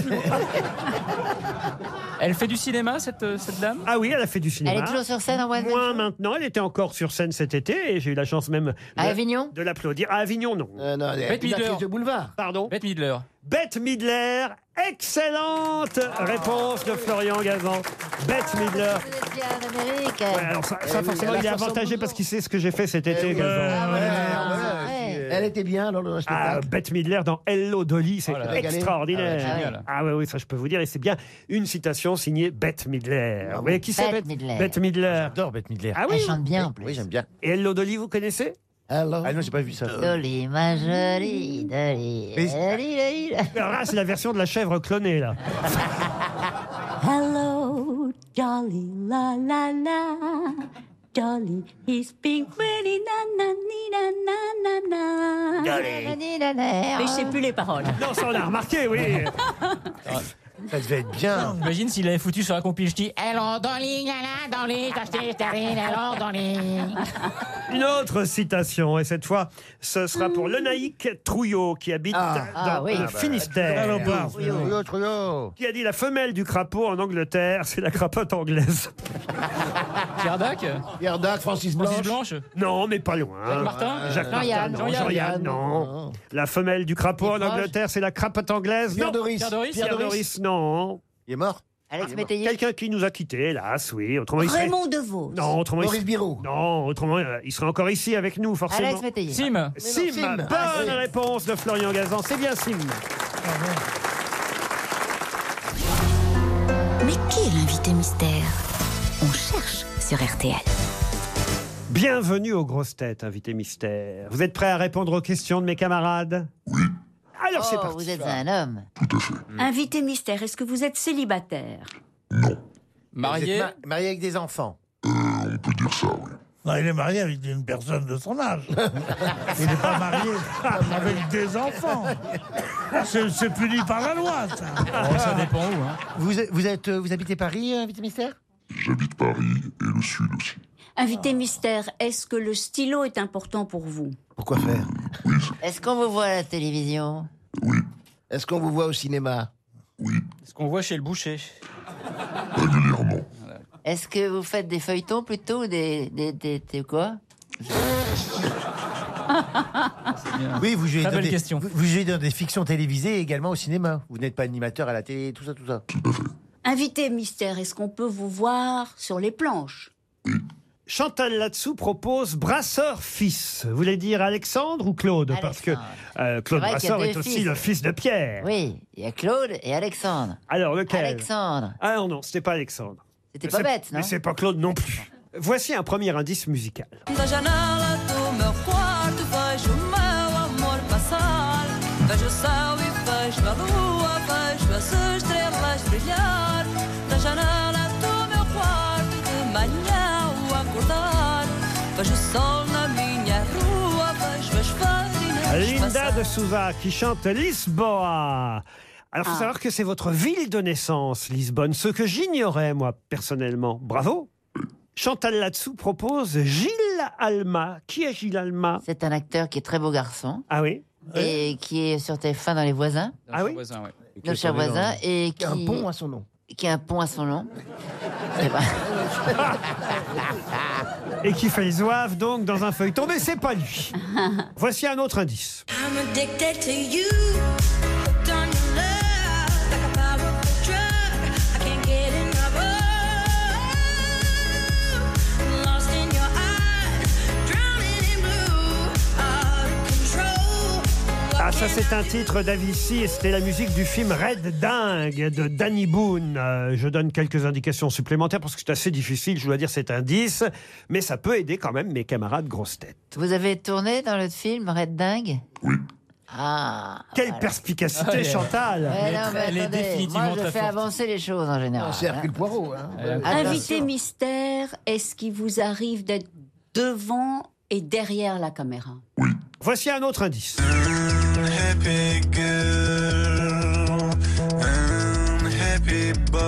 Elle fait du cinéma, cette, euh, cette dame
Ah oui, elle a fait du cinéma.
Elle est toujours sur scène en one
Moins maintenant, elle était encore sur scène cet été et j'ai eu la chance même de-
À Avignon
de l'applaudir. À Avignon, non. non
Euh, elle est Bette une Midler. actrice de
boulevard. Pardon
Bette Midler.
Bette Midler, excellente réponse de Florian Gazan. Bette Midler.
En Amérique.
Ouais, alors ça, ça,
Elle-
forcément,
Eh elle a
il est avantagé
72
parce qu'il sait ce que j'ai fait cet
Eh
été,
oui.
Gazan.
Ah, ouais,
Ah,
ouais,
ouais.
Elle était bien dans le
Ah,
spectacle.
Bette Midler dans Hello Dolly, c'est
là là.
extraordinaire.
Ah ouais,
Ah,
génial.
ouais, oui, ça je peux vous dire. Et c'est bien une citation signée Bette
Ah
Midler. Vous voyez qui c'est
Bette Midler.
Bette Midler. J'adore
Bette Midler.
Ah oui
Elle chante bien, en
Oui, j'aime bien. Et Hello Dolly, vous connaissez
Hello.
Ah non, j'ai pas vu ça.
Dolly, ma jolie, Dolly.
Mais-
Dolly, Dolly.
Alors là, c'est la version de la chèvre clonée, là.
Hello, Dolly, la la la. Dolly, he's been pretty, na na ni, na na na na.
Dolly.
Ni, na, na.
Mais je sais plus les paroles.
Non, ça on a remarqué, oui.
Ça devait être bien.
Imagine s'il avait foutu sur la compil, je dis,
Hello, darling, hello, darling, t'as acheté, t'as rien, hello, darling.
Une autre citation, et cette fois, ce sera pour Lenaïc Trouillot, qui habite
Ah.
dans
Ah oui.
le
Ah bah,
Finistère.
Trouillot,
Trouillot, Qui a dit la femelle du crapaud en Angleterre, c'est la crapote anglaise.
Pierre Dac
Pierre Dac, Francis Blanche.
Francis Blanche
Non, mais pas loin.
Jacques Martin
Jacques
Jean-Yann.
Martin, non. Jean-Yann, non. La femelle du crapaud en
proche.
Angleterre, c'est la crapote anglaise.
Pierre
non.
Doris. Pierre Doris.
Pierre Doris, non.
Il est mort
Alex Métayer.
ben, Quelqu'un qui nous a quittés, hélas, oui. Autrement, il serait-
Raymond DeVos.
Non, autrement, il
Maurice
serait-
Biro.
Non, autrement, euh, il serait encore ici avec nous, forcément. Euh,
Alex Métayer.
Sim
Sim,
Sim.
bonne
Ah, oui.
réponse de Florian Gazan, c'est bien Sim.
Mais qui est l'invité mystère On cherche sur RTL.
Bienvenue aux grosses têtes, invité mystère. Vous êtes prêts à répondre aux questions de mes camarades Oui. Alors c'est
Oh,
parti. Hmm.
vous êtes un homme.
Invité mystère, est-ce que vous êtes célibataire
Marié
Vous êtes ma- marié avec des enfants.
Non, Bah, il est marié avec une personne de son âge. Il n'est pas marié avec des enfants. C'est c'est puni par la loi, ça.
Oh, ça dépend où. Hein.
Vous, êtes- vous êtes, euh, vous habitez Paris, euh, invité mystère
Ah.
Invité mystère, est-ce que le stylo est important pour vous
Pourquoi faire
Est-ce qu'on vous voit à la télévision
Est-ce qu'on vous voit au cinéma
Ce qu'on voit chez le boucher.
Est-ce que vous faites des feuilletons plutôt ou des, des, des, des quoi
Oui, vous jouez,
Très
dans
belle
des,
question.
vous- vous jouez dans des fictions télévisées et également au cinéma. Vous n'êtes pas animateur à la télé, tout ça, tout ça.
Invité mystère, est-ce qu'on peut vous voir sur les planches
Chantal Latsou propose Brasseur fils. Vous voulez dire Alexandre ou Claude Parce que euh, Claude
C'est vrai qu'il y a
Brasseur est
deux
aussi
fils.
le fils de Pierre.
Oui, il y a Claude et Alexandre.
Alors lequel
Alexandre.
Ah non, non, c'était pas Alexandre.
C'était
Mais
pas
c'est-
bête, non
Mais c'est pas Claude non plus. Voici un premier indice musical.
Da janela do meu quarto vejo o meu amor passar. Vejo o céu e vejo a lua, vejo as estrelas brilhar. Da janela do meu quarto de manhã ao acordar. Vejo o sol na minha rua, vejo as farinhas
Linda de Souza qui chante Lisboa. Alors, faut
Ah.
savoir que c'est votre ville de naissance, Lisbonne, ce que j'ignorais, moi, personnellement. Bravo Chantal Latsou propose Gilles Alma. Qui est Gilles Alma
C'est un acteur qui est très beau garçon.
Ah oui
Et qui est sur TF1 dans Les Voisins.
Ah oui
Nos chers voisins. Et
Qui a un pont à son nom.
Qui a un pont à son nom.
Et qui fait le zouave, donc, dans un feuilleton. Mais c'est pas lui Voici un autre indice.
I'm addicted to you. Hooked on your love, like a powerful drug. I can't get enough of. Lost in your eyes, drowning in blue. Out of control.
Ah, ça, c'est un titre d'Avici et c'était la musique du film Red Dingue de Danny Boone. Euh, je donne quelques indications supplémentaires parce que c'est assez difficile, je dois dire, cet indice, mais ça peut aider quand même mes camarades grosses têtes.
Vous avez tourné dans le film Red Dingue Oui. Ah.
Quelle
voilà.
perspicacité, Chantal
Ouais, non, mais attendez, moi, je fais avancer les choses en général.
Ah, c'est Hercule Poirot. Hein.
Ah,
Invité mystère, est-ce qu'il vous arrive d'être devant et derrière la caméra
Voici un autre indice.
Happy girl, un happy boy,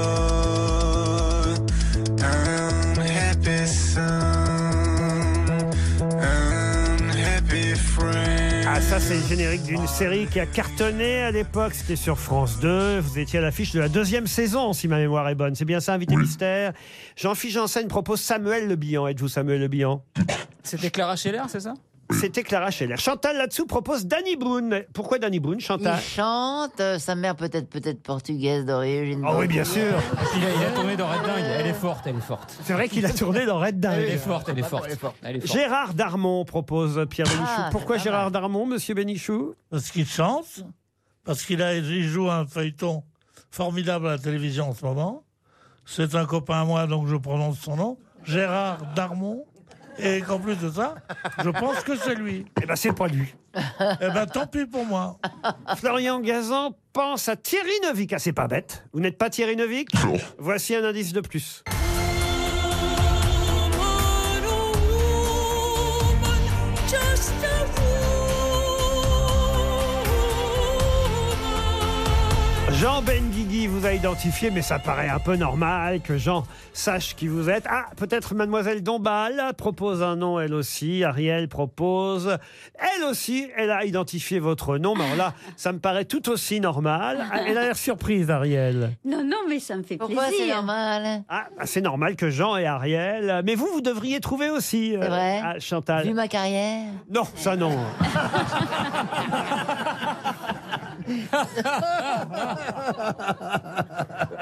un happy son, un happy friend.
Ah, ça, c'est le générique d'une série qui a cartonné à l'époque. C'était sur France 2. Vous étiez à l'affiche de la deuxième saison, si ma mémoire est bonne. C'est bien ça, Invité Mystère. Jean-Philippe Janssen propose Samuel Le Bihan. Êtes-vous Samuel Le Bihan
C'était Clara Scheller, c'est ça
C'était Clara Scheller. Chantal là-dessous propose Danny Boone. Pourquoi Danny Boone, Chantal
Il chante, euh, sa mère peut-être peut-être portugaise d'origine.
Ah oui, bien sûr.
Il a, il a tourné dans Red Dingue. Elle est forte, elle est forte.
C'est vrai qu'il a tourné dans Red Dingue.
Elle est forte, elle est forte. Elle est forte. Ah,
Gérard Darmon propose Pierre Bénichou. Pourquoi Gérard Darmon, monsieur Bénichou
Parce qu'il chante, parce qu'il a, il joue un feuilleton formidable à la télévision en ce moment. C'est un copain à moi, donc je prononce son nom, Gérard Darmon. Et qu'en plus de ça, je pense que c'est lui.
Eh ben, c'est pas lui.
Eh ben, tant pis pour moi.
Florian Gazan pense à Thierry Neuvik. Ah, c'est pas bête. Vous n'êtes pas Thierry Neuvik Voici un indice de plus.
Just a
Jean Benguigui vous a identifié, mais ça paraît un peu normal que Jean sache qui vous êtes. Ah, peut-être Mademoiselle Dombal propose un nom, elle aussi. Ariel propose. Elle aussi, elle a identifié votre nom. Mais alors là, ça me paraît tout aussi normal. Ah, Elle a l'air surprise, Ariel.
Non, non, mais ça me fait
Pourquoi
plaisir.
c'est normal
Ah, c'est normal que Jean et Ariel. euh, Mais vous, vous devriez trouver aussi, euh,
C'est vrai.
ah, Chantal.
Vu ma carrière.
Non, ça non.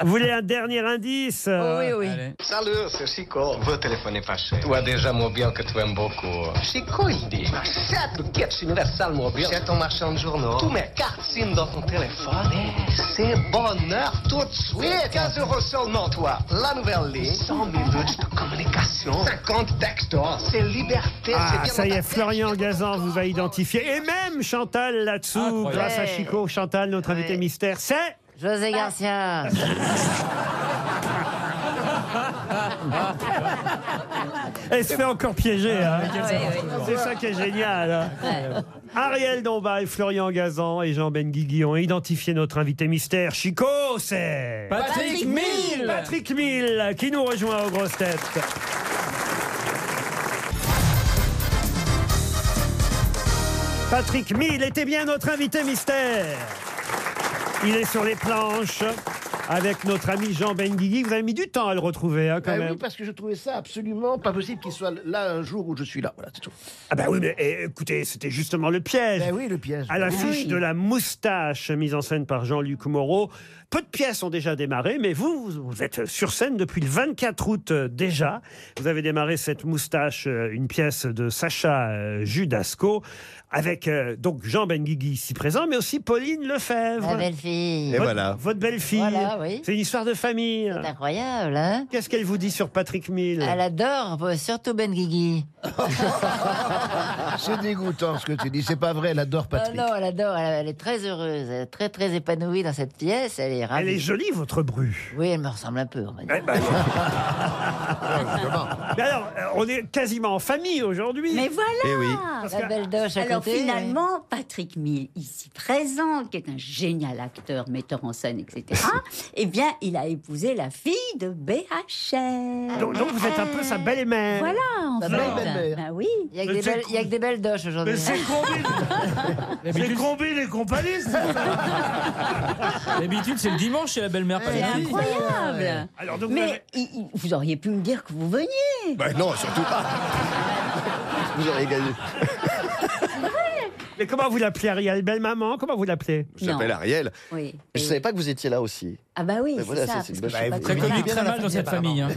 Vous voulez un dernier indice
Oh,
euh,
Salut, c'est Chico. Vă telefonez pas cher. Tu as déjà mobile que tu aimes beaucoup. Chico, il dit. Achète une quête universal mobile. Achète ton marchand de journaux. Tous mes cartes SIM dans ton téléphone. Et c'est bonheur tout de suite. 15 euros seulement, toi. La nouvelle ligne. 100 minutes de communication. 50 textos. C'est liberté. c'est
Ah,
bien
ça y est, Florian Gazan vous a identifié. Et même Chantal là-dessous,
Incroyable.
grâce à
Ouais.
Chico. Chantal, notre invité mystère, c'est.
José
Ah.
Garcia.
Elle se fait encore piéger. hein.
Ah, oui, oui.
C'est ça qui est génial. hein. Ariel Dombal, Florian Gazan et Jean Benguigui ont identifié notre invité mystère. Chico, c'est.
Patrick Mille.
Patrick Mille, qui nous rejoint aux grosses têtes. Patrick Mille était bien notre invité mystère. Il est sur les planches avec notre ami Jean Benguigui. Vous avez mis du temps à le retrouver, hein, quand
Bah
même.
oui, parce que je trouvais ça absolument pas possible qu'il soit là un jour où je suis là. Voilà, c'est tout.
Ah bah oui, mais eh, écoutez, c'était justement le piège.
Ben oui, le piège.
À l'affiche
Oui.
de la moustache, mise en scène par Jean-Luc Moreau. Peu de pièces ont déjà démarré, mais vous, vous vous êtes sur scène depuis le 24 août euh, déjà. Vous avez démarré cette moustache, euh, une pièce de Sacha euh, Judasco, avec euh, donc Jean Benguigui ici présent, mais aussi Pauline Lefebvre.
Ma belle-fille.
Votre- Votre belle-fille.
Voilà, oui.
C'est une histoire de famille.
C'est incroyable, hein
Qu'est-ce qu'elle vous dit sur Patrick Mille
Elle adore, euh, surtout Ben Guigui.
Ah, C'est dégoûtant ce que tu dis. C'est pas vrai, elle adore
Ah
Patrick.
non, elle adore, elle, elle est très heureuse, elle est très très épanouie dans cette pièce, elle est ravie.
Elle est jolie, votre bru.
Oui, elle me ressemble un peu, on va dire.
Mais alors, euh, on est quasiment en famille aujourd'hui.
Mais voilà
Eh oui.
La belle doche à
Ah, Alors
chanter,
finalement, Patrick Mille, ici présent, qui est un génial acteur, metteur en scène, etc., eh bien, il a épousé la fille de BHL.
Donc, donc vous êtes un peu sa belle-mère.
Voilà, en
Sa
fait.
belle belle-mère.
Ben oui.
Il y a que des belles- il y a que des belles doches aujourd'hui.
Mais c'est combine C'est combine et compagnie c'est ça
D'habitude, c'est le dimanche chez la belle-mère. pas
C'est
le lundi.
incroyable.
Alors,
donc, vous
Mais
avez-
il- il- vous auriez pu me dire que vous veniez.
Ben non, surtout pas.
Vous auriez gagné.
Mais comment vous l'appelez, Ariel Belle-maman Comment vous l'appelez
Je m'appelle Ariel.
Oui.
Je savais pas que vous étiez là aussi.
Ah bah oui,
Mais
c'est
voilà,
ça.
c'est une
parce
bonne
que je
chose.
suis pas
Très connu,
très
très mal dans cette famille, hein.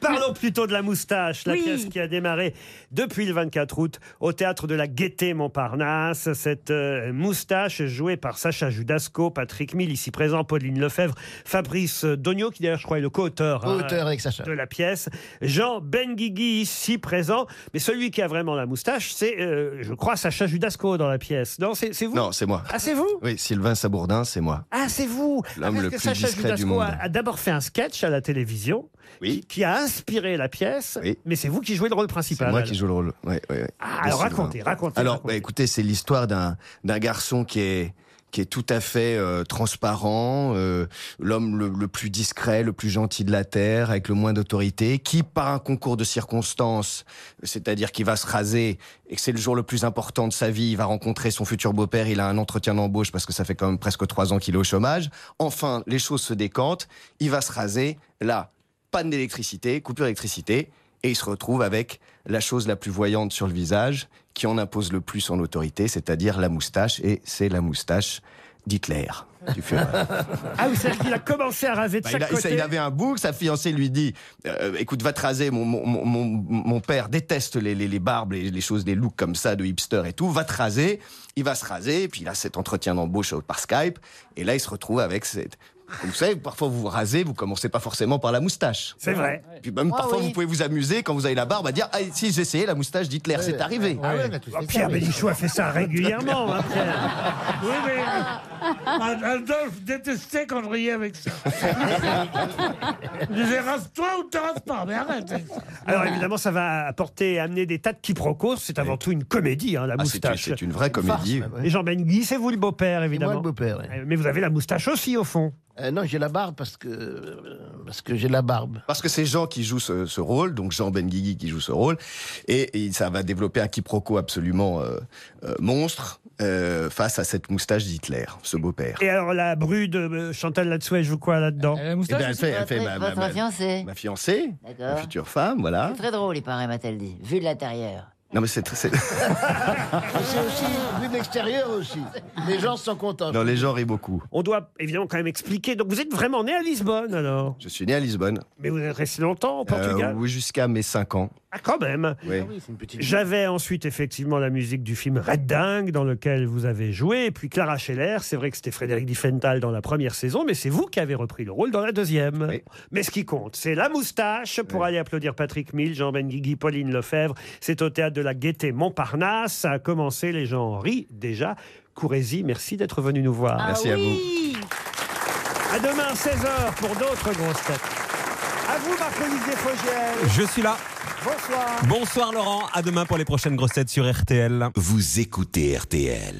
Parlons plutôt de la moustache, la
Oui.
pièce qui a démarré depuis le 24 août au théâtre de la Gaîté Montparnasse. Cette euh, moustache jouée par Sacha Judasco, Patrick Mille, ici présent, Pauline Lefebvre, Fabrice Dogno, qui d'ailleurs je crois est le co-auteur hein,
Co-auteur avec Sacha.
de la pièce, Jean Benguigui ici présent, mais celui qui a vraiment la moustache, c'est euh, je crois Sacha Judasco dans la pièce. Non, c'est c'est vous
Non, c'est moi.
Ah, c'est vous
Oui, Sylvain Sabourdin, c'est moi.
Ah, c'est vous
L'homme
parce
le
que
plus
Sacha
discret du
Judasco
monde.
a, a d'abord fait un sketch à la télévision qui, qui a inspiré la pièce, mais c'est vous qui jouez le rôle principal.
C'est moi
alors.
qui joue le rôle. Ouais, ouais, ouais.
Ah, alors
De Sylvain.
racontez, racontez,
Alors,
racontez.
bah, écoutez, c'est l'histoire d'un d'un garçon qui est qui est tout à fait euh, transparent, euh, l'homme le, le plus discret, le plus gentil de la terre, avec le moins d'autorité, qui par un concours de circonstances, c'est-à-dire qu'il va se raser et que c'est le jour le plus important de sa vie, il va rencontrer son futur beau-père, il a un entretien d'embauche parce que ça fait quand même presque trois ans qu'il est au chômage. Enfin, les choses se décantent, il va se raser, là, panne d'électricité, coupure d'électricité, et il se retrouve avec la chose la plus voyante sur le visage, qui en impose le plus en autorité, c'est-à-dire la moustache, et c'est la moustache d'Hitler. Du Führer.
Ah, vous savez qu'il a commencé à raser de
Bah,
chaque
il, a- il
côté.
s'est- il avait un bouc, sa fiancée lui dit euh, Écoute, va te raser, mon, mon- mon- mon- mon père déteste les, les- les barbes, les, les choses, les looks comme ça de hipster et tout, va te raser. Il va se raser, puis il a cet entretien d'embauche par Skype, et là il se retrouve avec cette. Vous savez, parfois vous vous rasez, vous commencez pas forcément par la moustache.
C'est vrai.
Puis même
Ah
parfois
oui.
vous pouvez vous amuser quand vous avez la barbe à dire Ah, si j'ai essayé la moustache d'Hitler, c'est arrivé.
Ah ouais, on a tous fait ça, Pierre oui. Bénichou a fait ça régulièrement, hein,
Oui, mais Ad- Adolphe détestait quand je riais avec ça. Il disait rase-toi ou te rase pas, mais arrête. avec
Ah,
ça.
Alors évidemment, ça va apporter, amener des tas de quiproquos. C'est avant tout une comédie, hein, la
Ah, c'est
moustache.
une- c'est une vraie
Une farce,
comédie.
même, ouais. Et Jean Benguy, c'est vous le beau-père, évidemment.
le beau-père,
Euh, Mais vous avez la moustache aussi, au fond.
Euh, non, j'ai la barbe parce que euh, parce que j'ai la barbe.
Parce que c'est Jean qui joue ce, ce rôle, donc Jean Benguigui qui joue ce rôle, et, et ça va développer un quiproquo absolument euh, euh, monstre euh, face à cette moustache d'Hitler, ce beau-père.
Et alors la bru de euh, Chantal Latsou, elle joue quoi là-dedans
Euh,
Eh ben, elle fait, elle fait ma, ma-
Votre
ma-
fiancée.
ma fiancée, ma
Ah.
D'accord.
future femme, voilà.
C'est très drôle, il paraît, m'a-t-elle dit, vu de l'intérieur.
Non mais c'est, c'est-
Mais C'est aussi vu de l'extérieur aussi. Les gens sont contents.
non les gens rient beaucoup.
On doit évidemment quand même expliquer. Donc vous êtes vraiment né à Lisbonne alors
Je suis né à Lisbonne.
Mais vous êtes resté longtemps au Portugal
Euh, oui, jusqu'à mes 5 ans.
Ah quand même.
Oui.
J'avais ensuite effectivement la musique du film Red Dingue dans lequel vous avez joué, et puis Clara Scheller, c'est vrai que c'était Frédéric Diffenthal dans la première saison, mais c'est vous qui avez repris le rôle dans la deuxième. Mais ce qui compte, c'est la moustache pour aller applaudir Patrick Mille, Jean Benguigui, Pauline Lefebvre. C'est au théâtre de la Gaîté Montparnasse, ça a commencé, les gens en rient déjà. Courez-y, merci d'être venu nous voir.
Merci à vous.
À demain 16h pour d'autres grosses têtes. À vous Marc-Olivier Fogiel.
Je suis là.
Bonsoir.
Bonsoir Laurent, à demain pour les prochaines grossettes sur RTL.
Vous écoutez RTL.